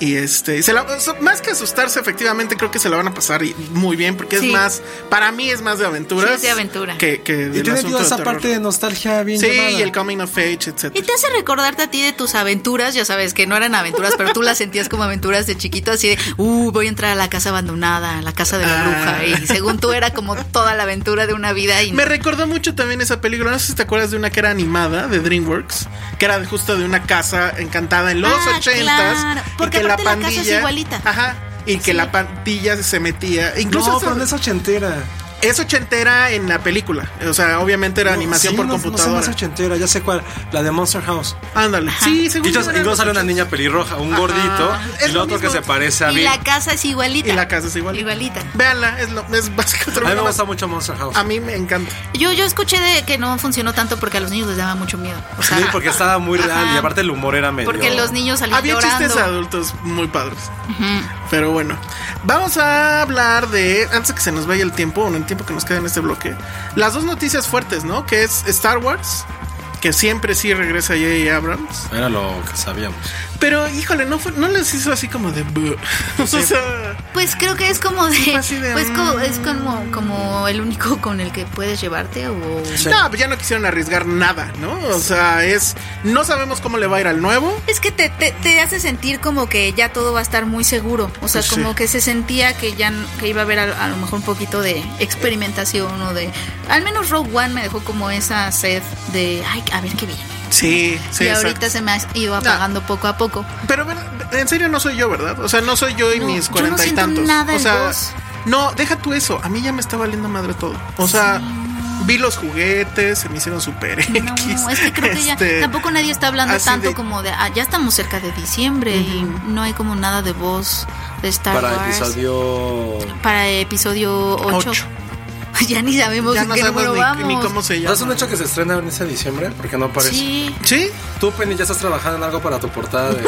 S4: Y este, y se la- so- más que asustarse, efectivamente, creo que se la van a pasar y- muy bien porque
S5: Sí.
S4: es más, para mí es más de aventuras.
S5: Sí, es de aventura.
S4: Que, que
S6: Y
S4: del
S6: tiene
S4: asunto
S6: toda
S4: de
S6: esa
S4: terror.
S6: parte de nostalgia bien
S4: Sí,
S6: llevada.
S4: y el coming of age,
S5: Y
S4: etc.
S5: te hace recordarte a ti de tus aventuras, ya sabes, que no eran aventuras, pero tú las sentías como aventuras de chiquito, así de, uh, voy a entrar a la casa abandonada, a la casa de la
S4: Ah.
S5: bruja. Y según tú era como toda la aventura de una vida. Y
S4: Me recordó mucho también esa película. No sé si te acuerdas de una que era animada de DreamWorks, que era justo de una casa encantada en los
S5: Ah,
S4: ochentas.
S5: claro,
S4: y
S5: porque
S4: que
S5: aparte la casa es igualita.
S4: Ajá. Y que
S5: Sí.
S4: la pandilla se metía. Incluso
S6: No,
S4: hasta-
S6: pero no es ochentera.
S4: es ochentera en la película. O sea, obviamente era
S6: No,
S4: animación
S6: sí,
S4: por
S6: no- No,
S4: computadora.
S6: sé, no es ochentera, ya sé cuál. La de Monster House.
S4: Ándale. Sí, según
S3: Y
S4: yo eran
S3: luego
S4: los
S3: sale una
S4: ochentas.
S3: niña pelirroja, un gordito,
S4: Es
S3: y el
S4: lo
S3: otro que
S4: mismo.
S3: se parece a
S5: y
S3: Bill.
S5: la casa es igualita.
S4: Y la casa es igual.
S5: Igualita.
S4: Véanla, es, lo, es básicamente lo
S3: A mí me
S4: mismo.
S3: gusta mucho Monster House.
S4: A mí me encanta.
S5: Yo, yo escuché de que no funcionó tanto porque a los niños les daba mucho miedo. O sea,
S3: Sí, porque estaba muy real
S5: Ajá.
S3: y aparte el humor era medio.
S5: porque los niños salían
S4: Había
S5: llorando.
S4: chistes adultos muy padres.
S5: Ujú.
S4: Pero bueno, vamos a hablar de, antes de que se nos vaya el tiempo, o en el tiempo que nos queda en este bloque, las dos noticias fuertes, ¿no? Que es Star Wars, que siempre sí regresa J.J. Abrams.
S3: Era lo que sabíamos.
S4: Pero híjole, no, fue- no les hizo así como de... "Buh". o sea,
S5: Pues creo que es como de,
S4: fue así de,
S5: pues co-
S4: mm.
S5: es como, como el único con el que puedes llevarte o
S4: No, pues ya no quisieron arriesgar nada, ¿no? O sea, es. No sabemos cómo le va a ir al nuevo.
S5: Es que te, te, te hace sentir como que ya todo va a estar muy seguro. O sea,
S4: Pues sí.
S5: como que se sentía que ya n- que iba a haber a, a lo mejor un poquito de experimentación o de. Al menos Rogue One me dejó como esa sed de. Ay, a ver qué viene.
S4: Sí, sí.
S5: y
S4: exacto.
S5: ahorita se me ha ido apagando poco a poco.
S4: Pero bueno, en serio no soy yo, ¿verdad? O sea, no soy yo y
S5: No,
S4: mis
S5: yo no
S4: cuarenta y
S5: siento
S4: tantos.
S5: nada
S4: o
S5: en
S4: sea,
S5: vos.
S4: no, deja tú eso. A mí ya me está valiendo madre todo. O sea, vi los juguetes, se me hicieron super
S5: No,
S4: X.
S5: es que creo que
S4: Este,
S5: ya tampoco nadie está hablando
S4: así
S5: tanto
S4: de-
S5: como de ah, ya estamos cerca de diciembre y no hay como nada de voz de Star
S3: Para
S5: Wars
S3: episodio.
S5: para episodio 8.
S4: Ocho.
S5: ya ni sabemos
S4: Ya
S5: en
S4: no
S5: qué
S4: sabemos
S5: número
S4: ni,
S5: vamos.
S4: ni cómo se
S3: ¿No es un
S4: llama.
S3: hecho que se estrena en ese diciembre? Porque no aparece.
S5: Sí.
S4: Sí,
S5: Eh,
S3: Tú, Penny, ya estás trabajando en algo para tu portada de.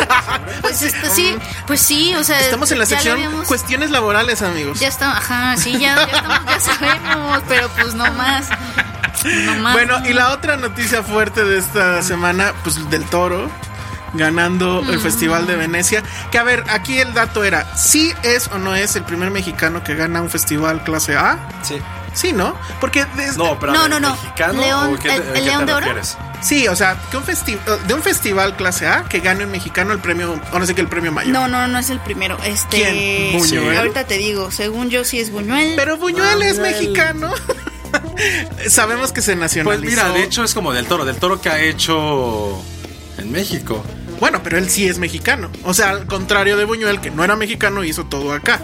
S5: Pues, este, sí, pues sí, o sea.
S4: ah. estamos en la
S5: ya lo
S4: sección
S5: habíamos-
S4: cuestiones laborales, amigos.
S5: Ya está, ajá, sí, ya, ya, estamos, ya sabemos, pero pues no más. No más.
S4: Bueno,
S5: no.
S4: y la otra noticia fuerte de esta semana, pues del toro ganando el Festival de Venecia. Que a ver, aquí el dato era, si es o no es el primer mexicano que gana un festival clase A.
S3: Sí.
S4: Sí, ¿no? Porque desde-
S3: No, pero. a
S5: No,
S3: ver,
S5: no, no.
S3: ¿Mexicano?
S5: León-
S3: ¿o qué, te-
S5: el-
S3: a
S5: el
S3: qué te
S5: León de Oro.
S3: refieres?
S4: sí, o sea, que un festi- eh, de un festival clase A que gane un mexicano el premio, ahora sí que el premio mayor.
S5: No, no, no es el primero. Este.
S4: ¿Quién? ¿Buñuel?
S5: Ahorita te digo, según yo sí es Buñuel.
S4: Pero Buñuel es mexicano. Sabemos que se
S3: Pues
S4: nacionalizó.
S3: mira, de hecho es como del toro, del toro que ha hecho en México.
S4: Bueno, pero él sí es mexicano. O sea, al contrario de Buñuel, que no era mexicano, hizo todo acá.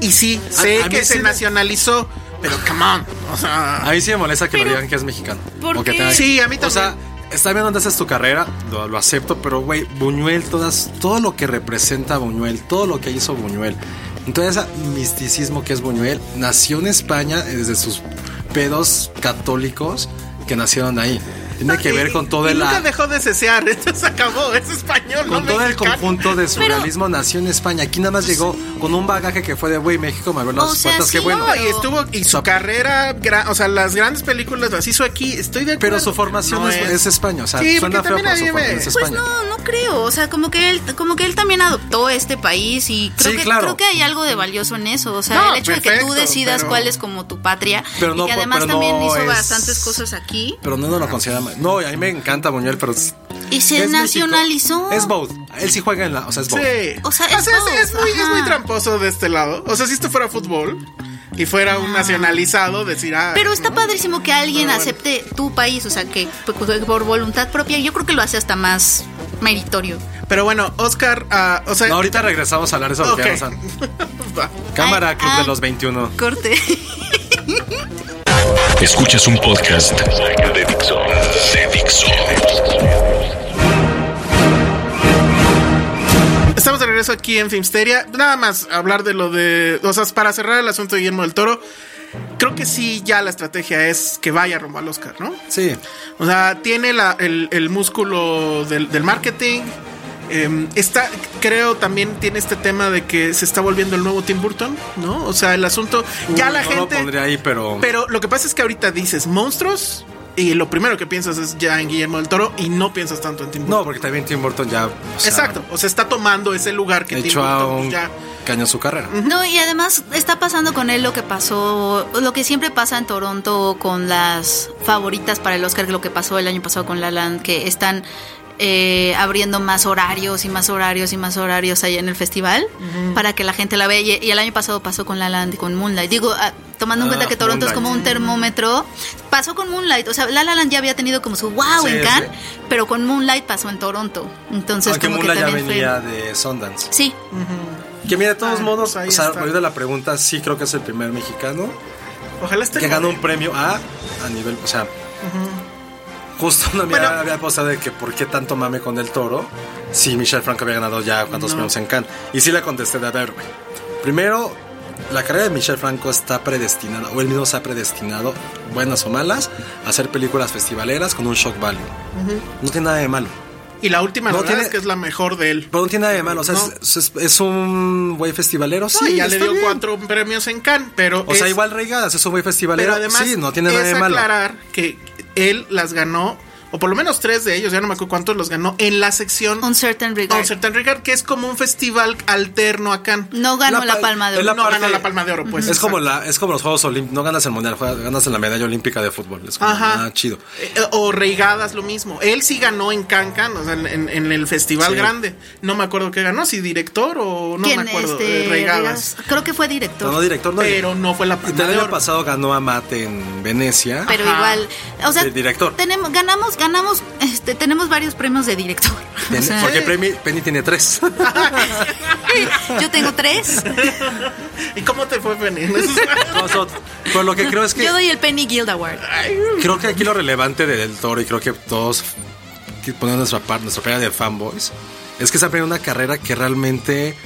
S4: Y sí, sé
S3: a mí
S4: que
S3: sí
S4: se
S3: me-
S4: nacionalizó, pero come on. O sea,
S3: A mí sí me molesta que lo digan que es mexicano.
S5: ¿por
S3: O que
S5: qué?
S3: tenga-
S4: Sí, a mí
S3: O sea,
S4: también.
S3: está bien dónde haces tu carrera, lo, lo acepto, pero güey, Buñuel, todas, todo lo que representa Buñuel, todo lo que hizo Buñuel, entonces ese misticismo que es Buñuel, nació en España eh, desde sus pedos católicos que nacieron ahí. Tiene que ver con todo
S4: Ah, y
S3: el...
S4: Nunca dejó de cesear, esto se acabó, es español.
S3: Con
S4: no
S3: todo el
S4: mexicano. Pues
S3: conjunto de surrealismo nació en España. Aquí nada más llegó con un bagaje que fue de, güey, México me abrió las
S5: O sea,
S3: puertas, qué
S5: sí,
S3: bueno.
S4: No, y estuvo, y su carrera, gra- o sea, las grandes películas las hizo aquí, estoy de acuerdo.
S3: Pero su formación
S4: No
S3: es, es España, o sea,
S4: Sí,
S3: suena
S4: porque
S3: feo,
S4: también
S3: pero
S4: a
S3: su
S4: mí me-
S3: formación es
S5: Pues
S3: España.
S5: no, no creo. O sea, como que él, como que él también adoptó este país y creo,
S3: Sí,
S5: que,
S3: claro.
S5: creo que hay algo de valioso en eso. O sea,
S4: No,
S5: el hecho de que tú
S4: perfecto,
S5: decidas
S4: pero-
S5: cuál es como tu patria
S3: Pero no
S5: y que
S3: por-
S5: además
S3: pero
S5: también
S3: no
S5: hizo
S3: es-
S5: bastantes cosas aquí
S3: Pero no, no lo considera mal. No, y a mí me encanta Buñuel, pero. Es
S5: y se
S3: es
S5: nacionalizó.
S3: México. Es both. Él sí juega en la. O sea, es both.
S4: Sí.
S5: O sea, es
S4: es,
S5: todo,
S4: muy, es muy
S5: ajá.
S4: tramposo de este lado. O sea, si esto fuera fútbol y fuera un nacionalizado, decir, ah.
S5: Ah. Pero está
S4: ¿no?
S5: padrísimo que alguien acepte tu país, o sea, que p- por voluntad propia, yo creo que lo hace hasta más meritorio.
S4: Pero bueno, Oscar, ah, o sea,
S3: No, ahorita regresamos a hablar de eso. porque
S4: Ok.
S3: ya nos han-
S4: va.
S3: Cámara,
S5: Ay,
S3: Club
S5: ah.
S3: de los 21.
S5: Corte.
S2: Escuchas un podcast de Dixo. De Dixo.
S4: estamos de regreso aquí en Filmsteria. Nada más hablar de lo de. O sea, para cerrar el asunto de Guillermo del Toro, creo que sí, ya la estrategia es que vaya rumbo al Oscar, ¿no?
S3: Sí.
S4: O sea, tiene la- el, el músculo del, del marketing. Eh, está, creo también tiene este tema de que se está volviendo el nuevo Tim Burton, ¿no? O sea, el asunto. Ya
S3: No,
S4: la
S3: Uh, no lo
S4: gente.
S3: pondría ahí, pero.
S4: Pero lo que pasa es que ahorita dices monstruos y lo primero que piensas es ya en Guillermo del Toro y no piensas tanto en Tim Burton.
S3: no, porque también Tim Burton ya. o sea,
S4: Exacto, o sea, está tomando ese lugar que Tim
S3: Echó a
S4: Burton pues,
S3: un
S4: ya.
S3: caño su carrera.
S5: No, y además está pasando con él lo que pasó, lo que siempre pasa en Toronto con las favoritas para el Oscar, que lo que pasó el año pasado con La Land, que están eh, abriendo más horarios y más horarios y más horarios allá en el festival para que la gente la vea. Y, y el año pasado pasó con La Land y con Moonlight. Digo, ah, tomando en
S3: Ah,
S5: cuenta que Toronto es
S3: Moonlight.
S5: como un termómetro, pasó con Moonlight. O sea, La La Land ya había tenido como su wow
S3: Sí,
S5: en
S3: sí.
S5: Cannes, pero con Moonlight pasó en Toronto. Entonces,
S3: Aunque
S5: como
S3: Mula
S5: que
S3: ya
S5: también fue-
S3: venía de Sundance.
S5: Sí,
S3: Que mira, de todos
S4: Ah,
S3: modos,
S4: pues ahí
S3: o sea,
S4: está.
S3: volviendo a la pregunta, sí creo que es el primer mexicano
S4: Ojalá esté.
S3: que ganó un premio A a nivel, o sea, justo no me
S4: Bueno.
S3: había apostado de que por qué tanto mame con el toro si Michelle Franco había ganado ya cuantos premios en Cannes. Y sí le contesté de a ver, güey, Primero, la carrera de Michelle Franco está predestinada, o él mismo se ha predestinado, buenas o malas, a hacer películas festivaleras con un shock value. No tiene nada de malo.
S4: Y la última,
S3: No
S4: la verdad
S3: tiene-
S4: es que es la mejor de él.
S3: Pero no tiene nada de malo. O sea,
S4: No.
S3: es, es- es un güey festivalero, sí.
S4: No, y ya le
S3: está
S4: dio
S3: bien.
S4: cuatro premios en Cannes, pero.
S3: O sea,
S4: es-
S3: igual reigadas, es un güey festivalero.
S4: Pero además,
S3: sí, no tiene nada
S4: es
S3: de malo.
S4: aclarar que él las ganó, o por lo menos tres de ellos, ya no me acuerdo cuántos los ganó, en la sección
S5: Uncertain Regard.
S4: Uncertain Regard, que es como un festival alterno a Cannes.
S5: No ganó
S3: La
S5: la,
S3: pa-
S5: palma de
S3: es
S5: oro.
S3: la
S4: no
S3: parte-
S4: ganó la palma de oro, pues.
S3: Es como,
S4: exacto.
S3: la, es como los Juegos Olímpicos. No ganas el mundial, juegas- ganas en la medalla olímpica de fútbol. Es como,
S4: Ajá.
S3: ah, chido.
S4: Eh, O Reigadas, lo mismo. Él sí ganó en Cannes, Cannes, o sea, en, en- en el festival
S3: Sí.
S4: grande. No me acuerdo qué ganó, si director o no
S5: ¿Quién?
S4: me acuerdo.
S5: Este,
S4: eh, Reigadas.
S5: Regadas. Creo que fue
S3: No,
S5: director.
S3: no, director, no.
S4: Pero no fue la
S3: Y el
S4: palma de
S3: año
S4: oro.
S3: pasado ganó a Mate en Venecia.
S5: pero
S4: Ajá.
S5: igual, o sea,
S3: De director.
S5: Tenemos, ganamos, ganamos, este, tenemos varios premios de director. O
S3: Ten-
S5: sea,
S3: porque Penny, Penny tiene tres.
S5: yo tengo tres.
S4: ¿Y cómo te fue, Penny?
S3: Nosotros. Pero lo que creo es que.
S5: Yo doy el Penny Guild Award.
S3: Creo que aquí lo relevante de Del Toro, y creo que todos que ponen nuestra parte, nuestra pena de fanboys, es que se ha tenido una carrera que realmente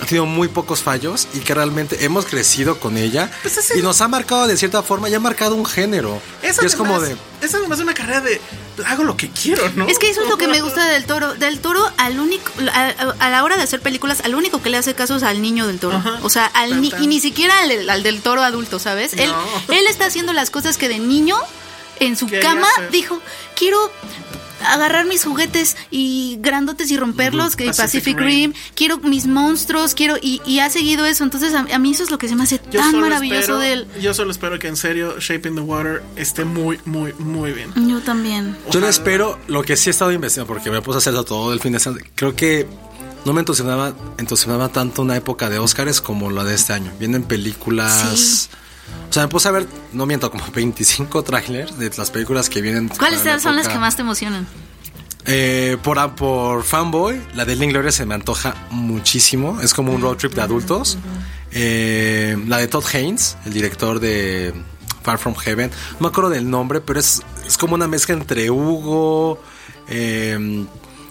S3: ha tenido muy pocos fallos y que realmente hemos crecido con ella
S4: Pues es el-
S3: y nos ha marcado de cierta forma y ha marcado un género.
S4: Es,
S3: Y es como de.
S4: además- Es además una carrera de. pues, Hago lo que quiero, ¿no?
S5: Es que eso es lo que me gusta del toro. Del toro, al único, a, a- a la hora de hacer películas, al único que le hace caso es al niño del toro.
S4: Ajá.
S5: O sea, al ni-
S4: Tan, tan.
S5: y ni siquiera al, al del toro adulto, ¿sabes? Él,
S4: No.
S5: él está haciendo las cosas que de niño, en su
S4: Quería
S5: cama,
S4: hacer.
S5: dijo: Quiero agarrar mis juguetes y grandotes y romperlos, que
S4: Pacific
S5: Pacific Rim, quiero mis monstruos, quiero. Y, y ha seguido eso. Entonces, a, a mí eso es lo que se me hace
S4: Yo
S5: tan
S4: solo
S5: maravilloso
S4: espero-
S5: de él.
S4: Yo solo espero que en serio Shaping the Water esté muy, muy, muy bien.
S5: Yo también.
S3: Yo le espero lo que sí he estado investigando, porque me puse a hacerlo todo el fin de semana. Creo que no me entusiasmaba, entusiasmaba tanto una época de Óscares como la de este año. Vienen películas.
S5: Sí.
S3: O sea, me puse a ver, no miento, como 25 trailers de las películas que vienen.
S5: ¿Cuáles
S3: para la
S5: son las
S3: época.
S5: que más te emocionan?
S3: Eh, por, por Fanboy, la de Link Gloria se me antoja muchísimo. Es como un road trip de adultos. Eh, la de Todd Haynes, el director de Far From Heaven. No me acuerdo del nombre, pero es, es como una mezcla entre Hugo, eh,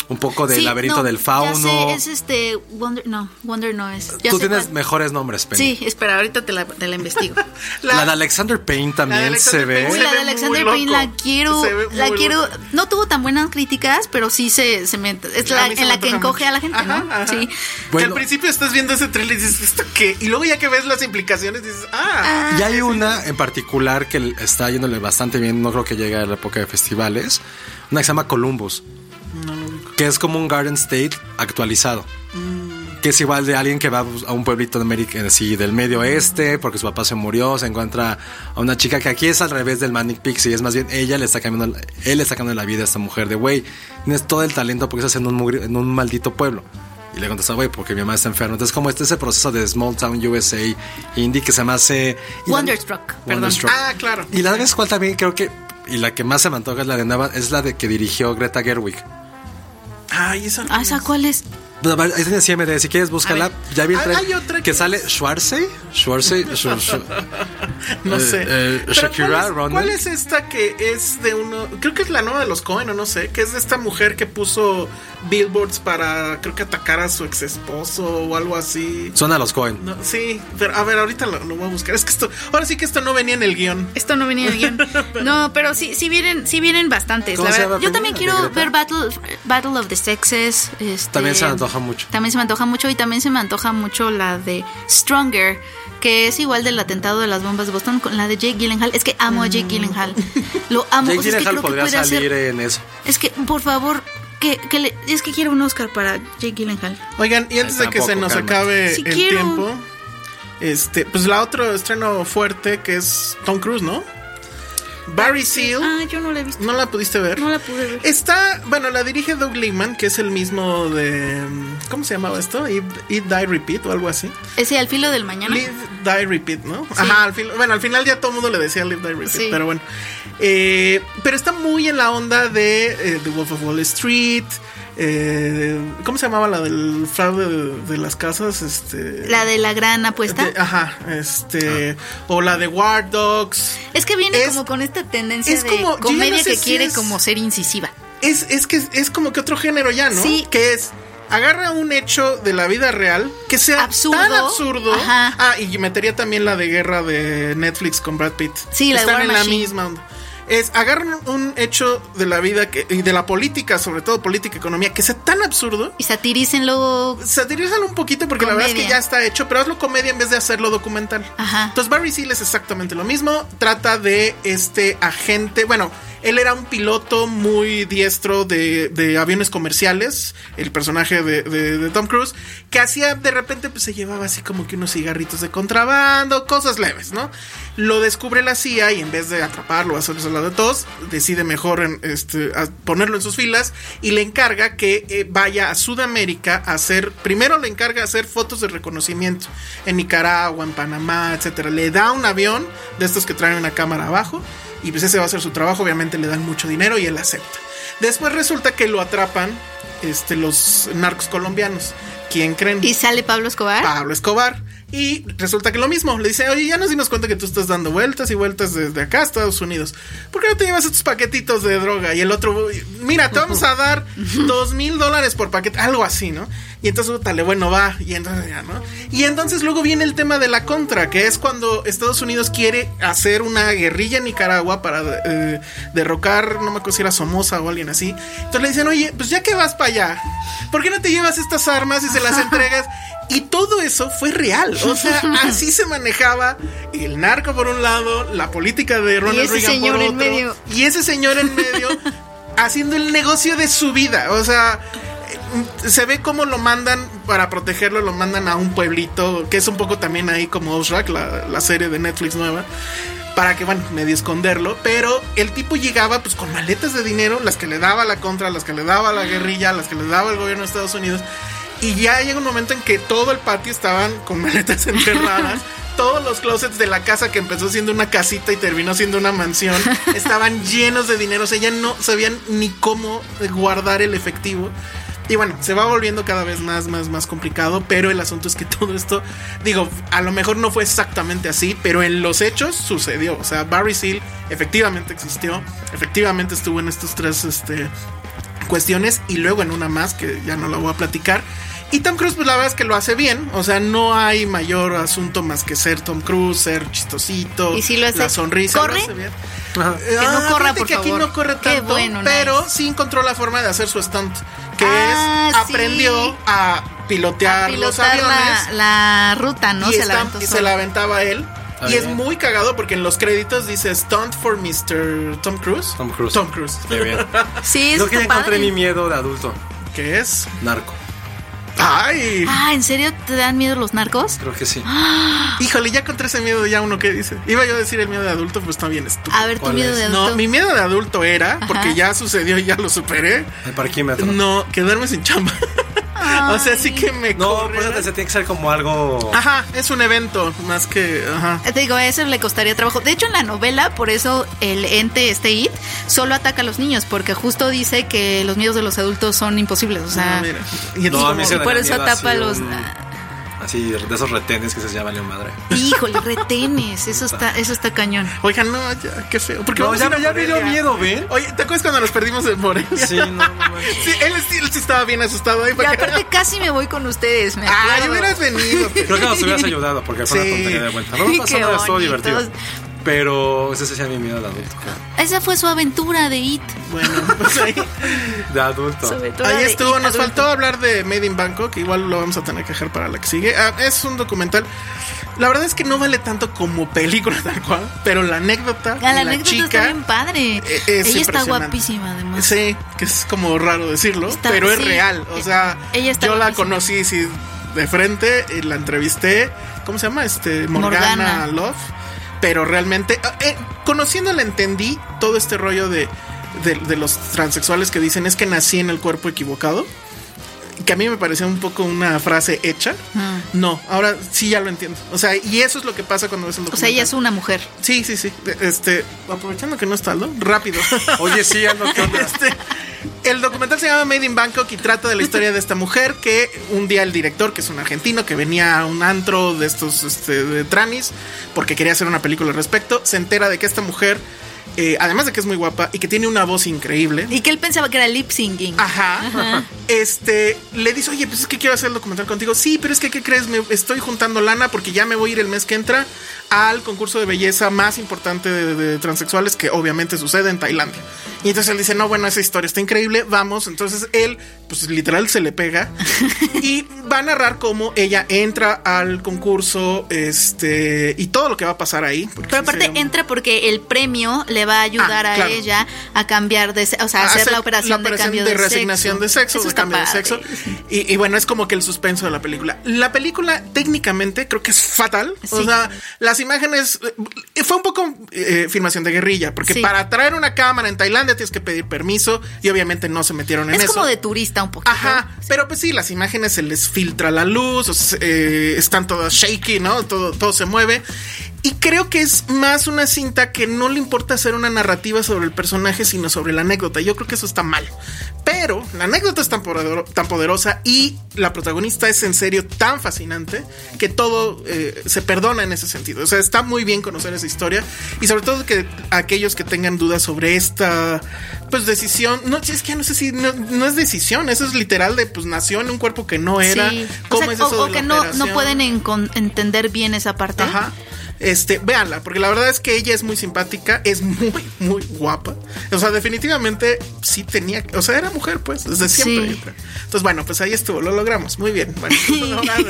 S3: un poco del
S5: Sí,
S3: laberinto
S5: no,
S3: del
S5: ya
S3: fauno.
S5: sé, es este Wonder, no, Wonder no es. Ya
S3: Tú
S5: sé
S3: tienes
S5: cuál.
S3: mejores nombres, Penny.
S5: Sí, espera, ahorita te la, te la investigo.
S3: La, de Alexander Payne también
S4: Alexander
S3: se ve.
S4: Payne
S5: Uy,
S4: Se
S5: la
S4: ve
S5: de Alexander
S4: muy
S5: Payne
S4: loco.
S5: la quiero,
S4: Se ve muy
S5: la quiero.
S4: loco.
S5: No tuvo tan buenas críticas, pero sí se, se me, es la
S4: A mí se
S5: en
S4: me
S5: la que
S4: antoja
S5: encoge
S4: mucho.
S5: a la gente,
S4: Ajá,
S5: ¿no?
S4: ajá.
S5: Sí.
S4: Que
S3: Bueno.
S4: al principio estás viendo ese trailer y dices, ¿esto qué? Y luego ya que ves las implicaciones dices, ah.
S3: Y hay una en particular que l- está yéndole bastante bien, no creo que llegue a la época de festivales, una que se llama Columbus, que es como un Garden State actualizado. Que es igual de alguien que va pues, a un pueblito de América, así, del medio oeste, porque su papá se murió, se encuentra a una chica que aquí es al revés del Manic Pixie, es más bien ella le está cambiando, la- él le está cambiando la vida a esta mujer de, güey, tienes todo el talento porque estás en un, mugri- en un maldito pueblo. Y le contesta, güey, porque mi mamá está enferma. Entonces, como este ese proceso de Small Town USA Indie que se me hace...
S5: Wonderstruck, perdón.
S3: Wonderstruck.
S4: Ah, claro.
S3: Y la vez cual también creo que, y la que más se me antoja es la de Nava, es la de que dirigió Greta Gerwig.
S4: Ay, esa.
S5: Ah, ¿esa cuál es?
S7: Ahí está en CMD, si quieres búscala.
S4: Ay,
S7: Ya vi el
S4: hay-
S7: trailer.
S4: hay otra
S7: que
S4: que-
S7: sale Schwarze. Schwarze. Schw- Schw-
S4: No
S7: Eh,
S4: sé.
S7: eh,
S4: Pero
S7: Shakira
S4: ¿cuál es,
S7: Ronald.
S4: cuál es esta que es de uno? Creo que es la nueva de los Cohen, o no sé. Que es de esta mujer que puso billboards para, creo que atacar a su ex esposo o algo así.
S7: Son a los Cohen.
S4: No, sí, pero a ver, ahorita lo, lo voy a buscar. Es que esto, ahora sí que esto no venía en el guión.
S5: Esto no venía en el guión. No, pero sí, sí vienen, sí vienen bastantes.
S7: ¿Cómo
S5: La
S7: se
S5: verdad.
S7: llama
S5: Yo también
S7: primero?
S5: quiero
S7: ¿De
S5: ver
S7: Greta?
S5: Battle, Battle of the Sexes. este,
S7: También se me antoja mucho.
S5: También se me antoja mucho y también se me antoja mucho la de Stronger, que es igual del atentado de las bombas de Boston con la de Jake Gyllenhaal. Es que amo a Jake Gyllenhaal. Lo amo.
S7: Mm. Jake
S5: O sea, es que
S7: Gyllenhaal
S5: creo que
S7: podría
S5: puede hacer-
S7: salir en eso.
S5: Es que, por favor, que, que le- es que quiero un Oscar para Jake Gyllenhaal.
S4: Oigan, y antes de que se
S7: tampoco,
S4: nos
S7: cálmate.
S4: acabe
S5: Sí
S4: el
S5: quiero.
S4: tiempo, este, pues la otro estreno fuerte que es Tom Cruise, ¿no? Barry Seal.
S5: Ah, yo no la he visto.
S4: ¿No la pudiste ver?
S5: No la pude ver.
S4: Está, bueno, la dirige Doug Liman, que es el mismo de. mm, ¿Cómo se llamaba esto? Eat, Eat, Die, Repeat o algo así.
S5: Ese al filo del mañana.
S4: Live, Die, Repeat, ¿no? Ajá, al fin- bueno, al final ya todo el mundo le decía Live, Die, Repeat,
S5: Sí.
S4: pero bueno. Eh, pero está muy en la onda de eh, The Wolf of Wall Street. eh, ¿Cómo se llamaba la del fraude de, de las casas? Este.
S5: La de la gran apuesta.
S4: de- ah, ajá, este. O la de War Dogs.
S5: Es que viene
S4: Es-
S5: como con esta tendencia
S4: es
S5: de
S4: como- yo ya
S5: comedia
S4: no sé
S5: que
S4: si
S5: quiere
S4: es-
S5: como ser incisiva.
S4: Es, es que es- es como que otro género ya, ¿no?
S5: Sí.
S4: Que es agarra un hecho de la vida real que sea
S5: Absurdo.
S4: tan absurdo.
S5: Ajá.
S4: Ah, y metería también la de guerra de Netflix con Brad Pitt.
S5: Sí, la de
S4: Están
S5: War
S4: en la
S5: Machine.
S4: misma onda. Es agarran un hecho de la vida que, y de la política, sobre todo política y economía, que sea tan absurdo.
S5: Y satirícenlo.
S4: Satirízalo un poquito porque la verdad es que
S5: Comedia.
S4: ya está hecho, pero hazlo comedia en vez de hacerlo documental.
S5: Ajá.
S4: Entonces Barry Seal es exactamente lo mismo. Trata de este agente. Bueno, él era un piloto muy diestro de, de aviones comerciales, el personaje de, de- de Tom Cruise, que hacía de repente, pues se llevaba así como que unos cigarritos de contrabando, cosas leves, ¿no? Lo descubre la CIA y en vez de atraparlo, hacerlo a de todos, decide mejor en, este, a ponerlo en sus filas y le encarga que eh, vaya a Sudamérica a hacer, primero le encarga hacer fotos de reconocimiento en Nicaragua, en Panamá, etcétera. Le da un avión de estos que traen una cámara abajo y pues ese va a ser su trabajo, obviamente le dan mucho dinero y él acepta. Después resulta que lo atrapan este, los narcos colombianos. ¿Quién creen?
S5: Y sale Pablo Escobar.
S4: Pablo Escobar. Y resulta que lo mismo, le dice, oye, ya nos dimos cuenta que tú estás dando vueltas y vueltas desde acá a Estados Unidos. ¿Por qué no te llevas estos paquetitos de droga? Y el otro, mira, te vamos a dar dos mil dólares por paquete, algo así, ¿no? Y entonces, dale, bueno, va. Y entonces ya, ¿no? Y entonces luego viene el tema de la contra, que es cuando Estados Unidos quiere hacer una guerrilla en Nicaragua para eh, derrocar, no me acuerdo si era Somoza o alguien así. Entonces le dicen, oye, pues ya que vas para allá, ¿por qué no te llevas estas armas y se las entregas? Y todo eso fue real. O sea, así se manejaba el narco por un lado, la política de Ronald
S5: ese
S4: Reagan
S5: señor
S4: por
S5: en
S4: otro,
S5: medio.
S4: y ese señor en medio haciendo el negocio de su vida. O sea, se ve cómo lo mandan para protegerlo, lo mandan a un pueblito, que es un poco también ahí como Ozark, la, la serie de Netflix nueva. Para que, bueno, medio esconderlo. Pero el tipo llegaba pues con maletas de dinero, las que le daba la contra, las que le daba la guerrilla, las que le daba el gobierno de Estados Unidos. Y ya llega un momento en que todo el patio estaban con maletas enterradas. Todos los closets de la casa que empezó siendo una casita y terminó siendo una mansión estaban llenos de dinero. O sea, ya no sabían ni cómo guardar el efectivo. Y bueno, se va volviendo cada vez más, más, más complicado. Pero el asunto es que todo esto, digo, a lo mejor no fue exactamente así, pero en los hechos sucedió. O sea, Barry Seal efectivamente existió, efectivamente estuvo en estos tres este, cuestiones y luego en una más que ya no la voy a platicar. Y Tom Cruise, pues la verdad es que lo hace bien. O sea, no hay mayor asunto más que ser Tom Cruise, ser chistosito.
S5: Y si lo hace-
S4: La sonrisa.
S5: ¿corre?
S4: Lo hace bien.
S5: Que no
S4: Ah,
S5: corra,
S4: fíjate
S5: por
S4: que aquí
S5: favor.
S4: no corre
S5: Qué
S4: tanto,
S5: bueno,
S4: pero
S5: nice.
S4: sí encontró la forma de hacer su stunt, que
S5: Ah,
S4: es
S5: sí.
S4: aprendió a pilotear, los
S5: Pilotar
S4: aviones
S5: la, la ruta, ¿no?
S4: y,
S5: se
S4: está-
S5: la aventó
S4: y se
S5: solo.
S4: la aventaba él.
S7: Ah,
S4: y es
S7: bien.
S4: muy cagado porque en los créditos dice stunt for Mr. Tom Cruise.
S7: Tom Cruise.
S4: Tom Cruise.
S7: Qué bien.
S5: Sí, eso
S7: Creo que ya
S5: está
S7: encontré
S5: padre.
S7: mi miedo de adulto.
S4: ¿Qué es?
S7: Narco.
S4: Ay,
S5: Ah, ¿en serio te dan miedo los narcos?
S7: Creo que sí.
S4: híjole, ya contra ese miedo ya uno que dice. Iba yo a decir el miedo de adulto, pues está bien estúpido.
S5: A ver, tu
S7: ¿Cuál
S5: miedo
S7: es?
S5: de adulto.
S4: No, mi miedo de adulto era, porque
S5: Ajá.
S4: ya sucedió y ya lo superé.
S7: El parquímetro.
S4: No, quedarme sin chamba. o sea, sí que me
S7: No, por
S4: corrieran.
S7: eso se tiene que ser como algo.
S4: Ajá, es un evento más que. Ajá.
S5: Te digo, eso le costaría trabajo. De hecho, en la novela, por eso el ente, este IT, solo ataca a los niños, porque justo dice que los miedos de los adultos son imposibles. O sea,
S4: Ah, mira. Y entonces,
S7: No, a mí
S4: como-
S7: se me
S5: y por
S7: da
S5: eso
S7: miedo
S5: atapa a
S7: así
S5: los.
S7: un- Así, de esos retenes que se llaman Leo Madre.
S5: Híjole, retenes. Eso está, eso está cañón.
S4: Oigan, no, ya, qué feo. Porque
S7: No,
S4: vamos a
S7: ya,
S4: ir a
S7: ya me dio
S4: Morelia.
S7: miedo, ¿ven?
S4: Oye, ¿te acuerdas cuando nos perdimos en Morelia?
S7: Sí, no, no, manches.
S4: Sí, él, sí, él sí estaba bien asustado ahí.
S5: Y
S4: porque-
S5: aparte, casi me voy con ustedes. Me
S4: Ay,
S5: acuerdo.
S4: hubieras venido. pero-
S7: Creo que nos hubieras ayudado porque fue
S4: Sí.
S7: una tontería de vuelta. No me pasó
S5: Qué
S7: nada, estuvo
S5: bonitos.
S7: divertido. Pero ese sería mi miedo de adulto.
S5: Esa fue su aventura de IT.
S4: Bueno, pues ahí,
S7: De adulto.
S5: Su aventura
S4: ahí
S5: de
S4: estuvo.
S5: IT
S4: Nos
S5: adulto.
S4: faltó hablar de Made in Bangkok. Igual lo vamos a tener que dejar para la que sigue. Ah, es un documental. La verdad es que no vale tanto como película tal cual, pero la anécdota.
S5: Ah, La
S4: de
S5: anécdota
S4: chica, e-
S5: está bien padre.
S4: es
S5: Ella está
S4: impresionante.
S5: guapísima, además.
S4: Sí, que es como raro decirlo,
S5: Está-
S4: pero es
S5: sí. eh,
S4: real. O sea,
S5: Ella está
S4: yo la
S5: guapísima.
S4: conocí sí, de frente, y la entrevisté. ¿Cómo se llama? Este Morgana,
S5: Morgana.
S4: Love. Pero realmente, eh, conociéndola entendí todo este rollo de, de, de los transexuales que dicen es que nací en el cuerpo equivocado. Que a mí me parecía un poco una frase hecha.
S5: Ah.
S4: No, ahora sí ya lo entiendo. O sea, y eso es lo que pasa cuando ves el
S5: O
S4: documental.
S5: sea, ella es una mujer.
S4: Sí, sí, sí. Este, aprovechando que no está Aldo, rápido.
S7: Oye, sí, Aldo, ¿qué onda?
S4: Este, el documental se llama Made in Bangkok y trata de la historia de esta mujer que un día el director, que es un argentino, que venía a un antro de estos este, de tranis porque quería hacer una película al respecto, se entera de que esta mujer, eh, además de que es muy guapa y que tiene una voz increíble,
S5: Y que él pensaba que era lip syncing.
S4: Ajá. Este, le dice, oye, pues es que quiero hacer el documental contigo. Sí, pero es que, ¿qué crees? Me estoy juntando lana porque ya me voy a ir el mes que entra al concurso de belleza más importante de, de transexuales que obviamente sucede en Tailandia. Y entonces él dice, no, bueno, esa historia está increíble, vamos. Entonces él, pues literal, se le pega y va a narrar cómo ella entra al concurso, este, y todo lo que va a pasar ahí.
S5: Pero
S4: porque sí se
S5: aparte
S4: llama-
S5: entra porque el premio le va a ayudar
S4: Ah,
S5: a
S4: claro.
S5: ella a cambiar de sexo, o sea, a hacer, la operación,
S4: la operación
S5: de cambio de,
S4: resignación de sexo,
S5: Eso
S4: de
S5: está
S4: cambio de
S5: padre.
S4: sexo. Y, y bueno, es como que el suspenso de la película. La película técnicamente creo que es fatal. O
S5: Sí.
S4: sea, las imágenes eh, fue un poco eh, filmación de guerrilla, porque
S5: Sí.
S4: para traer una cámara en Tailandia tienes que pedir permiso y obviamente no se metieron en
S5: Es
S4: eso.
S5: como de turista un poquito.
S4: Ajá, pero pues sí, las imágenes se les filtra la luz, o sea, eh, están todas shaky, ¿no? Todo, todo se mueve. Y creo que es más una cinta que no le importa hacer una narrativa sobre el personaje, sino sobre la anécdota. Yo creo que eso está mal. Pero la anécdota es tan, podero- tan poderosa y la protagonista es en serio tan fascinante que todo eh, se perdona en ese sentido. O sea, está muy bien conocer esa historia y sobre todo que aquellos que tengan dudas sobre esta pues decisión, no es que no sé si no, no es decisión, eso es literal de pues nació en un cuerpo que no era,
S5: Sí. O
S4: ¿cómo
S5: sea,
S4: es eso
S5: o- o
S4: de la
S5: que no, no
S4: operación?
S5: pueden encon- entender bien esa parte.
S4: Ajá. Este, véanla, porque la verdad es que ella es muy simpática, es muy, muy guapa. O sea, definitivamente sí tenía, o sea, era mujer, pues, desde siempre.
S5: Sí.
S4: yo creo. Entonces, bueno, pues ahí estuvo, lo logramos. Muy bien. Bueno, pues, no, nada.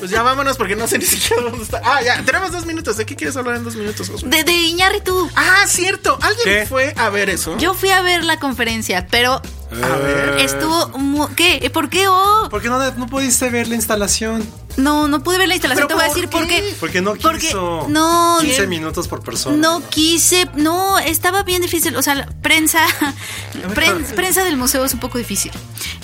S4: pues ya vámonos porque no sé ni siquiera dónde está. Ah, ya, tenemos dos minutos. ¿De qué quieres hablar en dos minutos, Josué?
S5: De, de Iñárritu.
S4: Ah, cierto. ¿Alguien
S7: ¿Qué?
S4: fue a ver eso?
S5: Yo fui a ver la conferencia, pero
S4: A ver.
S5: estuvo mu- ¿Qué? ¿Por qué? Oh,
S7: ¿Por qué no, no pudiste ver la instalación?
S5: no, no pude ver la instalación. Te
S4: ¿Pero
S5: voy a
S4: por
S5: decir por
S4: qué?
S5: qué.
S7: Porque no
S5: Porque-
S7: quiso.
S5: no,
S7: 15
S5: ¿quién?
S7: minutos por persona.
S5: No quise, no, estaba bien difícil, o sea, la prensa pren- prensa del museo es un poco difícil.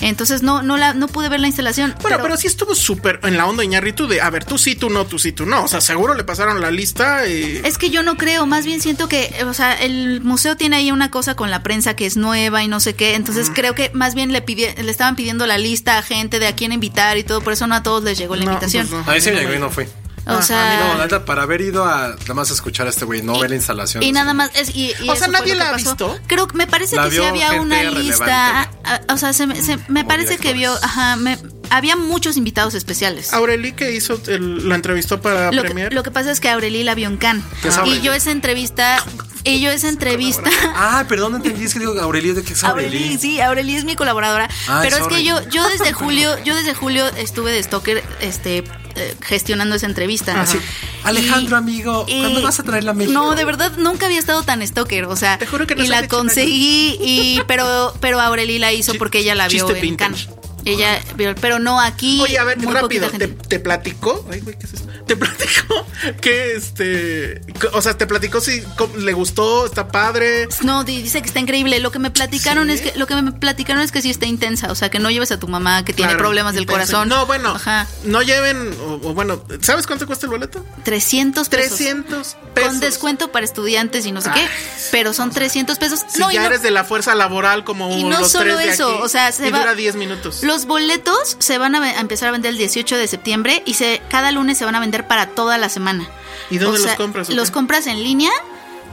S5: Entonces no no la no pude ver la instalación.
S4: Bueno, pero, sí estuvo súper en la onda Iñarritu de, a ver, tú sí, tú no, tú sí, tú no. O sea, seguro le pasaron la lista y...
S5: es que yo no creo, más bien siento que, o sea, el museo tiene ahí una cosa con la prensa que es nueva y no sé qué,
S4: Ah.
S5: entonces creo que más bien le pidi- le estaban pidiendo la lista a gente de a quién invitar y todo, por eso no a todos les llegó la
S4: No,
S5: invitación.
S4: pues
S7: A mí sí me llegó y no fui.
S5: O
S4: Ah,
S5: sea,
S7: No, la neta, para haber ido a nada más escuchar a este güey, no ver la instalación.
S5: Y nada más. Es, y, y
S4: O sea,
S5: eso fue
S4: ¿nadie
S5: lo que
S4: la ha
S5: pasó.
S4: visto?
S5: Creo que me parece
S7: La
S5: que sí
S7: vio
S5: había
S7: gente
S5: una
S7: relevante.
S5: lista. ah, ah, O sea, se, me- se- me parece que vio.
S7: directores.
S5: Ajá, me- había muchos invitados especiales.
S4: Aureli que hizo el- la entrevistó para
S5: Lo que,
S4: Premier.
S5: lo que pasa es que Aurelí la vio en Cannes.
S7: ¿Qué es Aureli?
S5: Y yo esa entrevista. Y yo esa entrevista.
S7: Ah, perdón, no entendí. Es que digo, Aurelio, ¿de qué es
S5: Aurelí,
S7: Aurelio?
S5: sí, Aurelí es mi colaboradora.
S7: Ay,
S5: pero es
S7: sorry.
S5: que yo, yo desde julio, yo desde julio estuve de stalker, este, eh, gestionando esa entrevista.
S7: Así, Ah, Alejandro, amigo, ¿cuándo vas a traerla a México?
S5: No, de verdad nunca había estado tan stalker, o sea,
S4: Te juro que no
S5: y
S4: se
S5: la
S4: me chingó.
S5: conseguí y pero pero Aureli la hizo porque ella la vio
S4: chiste
S5: en
S4: vintage.
S5: Cannes. Ella vio, pero no aquí.
S4: Oye, a ver,
S5: muy
S4: rápido,
S5: poquita
S4: te,
S5: gente.
S4: te platicó. Ay, güey, ¿qué es esto? Te platicó que este. co- O sea, te platicó si co- le gustó, está padre.
S5: No, di- dice que está increíble. Lo que me platicaron
S4: ¿Sí?
S5: es que lo que me platicaron es que sí está intensa, o sea, que no lleves a tu mamá que tiene
S4: Claro,
S5: problemas del
S4: intenso.
S5: corazón.
S4: No, bueno,
S5: Ajá.
S4: no lleven. O, o bueno, ¿sabes cuánto cuesta el boleto?
S5: 300 pesos.
S4: 300 pesos.
S5: Con descuento para estudiantes y no sé qué,
S4: Ay.
S5: pero son 300 pesos.
S4: Si
S5: no, y
S4: ya
S5: no-
S4: eres de la fuerza laboral como
S5: Y no
S4: los
S5: solo
S4: tres de
S5: eso,
S4: aquí,
S5: o sea, se
S4: y
S5: va-
S4: dura 10 minutos.
S5: Los boletos se van a, ve- a empezar a vender el 18 de septiembre y se, cada lunes se van a vender para toda la semana.
S4: ¿Y dónde
S5: O
S4: los
S5: sea,
S4: compras, o
S5: Los
S4: qué?
S5: compras en línea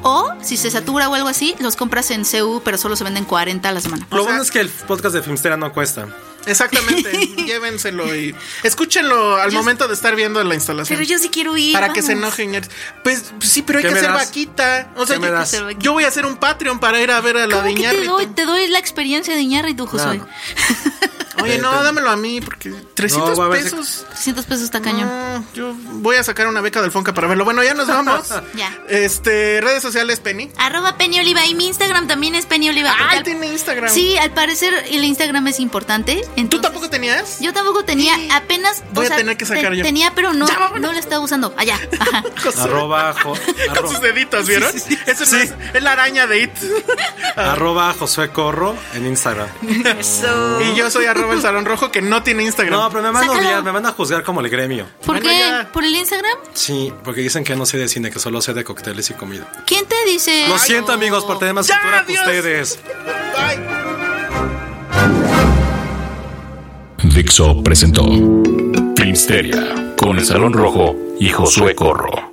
S5: o si se satura o algo así, los compras en CU, pero solo se venden 40 a la semana.
S8: Lo
S4: O sea-
S8: bueno es que el podcast de Filmstera no cuesta.
S4: Exactamente, llévenselo y escúchenlo al
S5: Yo-
S4: momento de estar viendo la instalación.
S5: Pero yo sí quiero ir.
S4: para que se
S5: vamos.
S4: enojen. Pues sí, pero hay
S8: ¿Qué
S4: que
S8: me
S4: hacer
S8: das?
S4: vaquita. O sea,
S8: ¿Qué me
S4: yo,
S8: das?
S4: yo voy a hacer un Patreon para ir a ver a la
S5: ¿Cómo
S4: de
S5: que te
S4: Iñárritu.
S5: doy? Te doy la experiencia de Iñárritu, Josué.
S8: No.
S4: Oye, no, dámelo a mí porque 300
S8: No, va a verse-
S4: pesos.
S5: 300 pesos está cañón.
S4: No, yo voy a sacar una beca del Fonca para verlo. Bueno, ya nos vamos.
S5: Ya.
S4: Este, redes sociales, Penny.
S5: Arroba Penny Oliva y mi Instagram también es Penny Oliva. porque
S4: Ah,
S5: al-
S4: tiene Instagram.
S5: Sí, al parecer el Instagram es importante.
S4: ¿Tú
S5: entonces-
S4: tampoco tenías?
S5: Yo tampoco tenía, apenas.
S4: Voy a tener que sacar yo.
S5: Tenía, pero no,
S4: Ya, vámonos.
S5: no lo estaba usando. Allá. Ajá.
S4: José.
S8: Arroba, jo-
S4: Con sus
S8: arro-
S4: deditos, ¿vieron?
S8: Sí, sí, sí.
S4: Eso no
S8: Sí.
S4: es, es la araña de It.
S8: arroba Josué Corro en Instagram.
S5: Eso.
S4: Y yo soy arroba el salón rojo que no tiene Instagram.
S8: No, pero me van a
S5: Sácalo.
S8: odiar, me van a juzgar como el gremio.
S5: ¿Por
S4: Bueno,
S5: qué?
S4: ya.
S5: ¿Por el Instagram?
S8: Sí, porque dicen que no sé de cine, que solo sé de cócteles y comida.
S5: ¿Quién te dice?
S8: Lo siento, amigos, por tener más
S4: Ya,
S8: cultura que
S4: adiós.
S8: ustedes.
S4: Bye.
S2: Dixo presentó Filmsteria con el Salón Rojo y Josué Corro.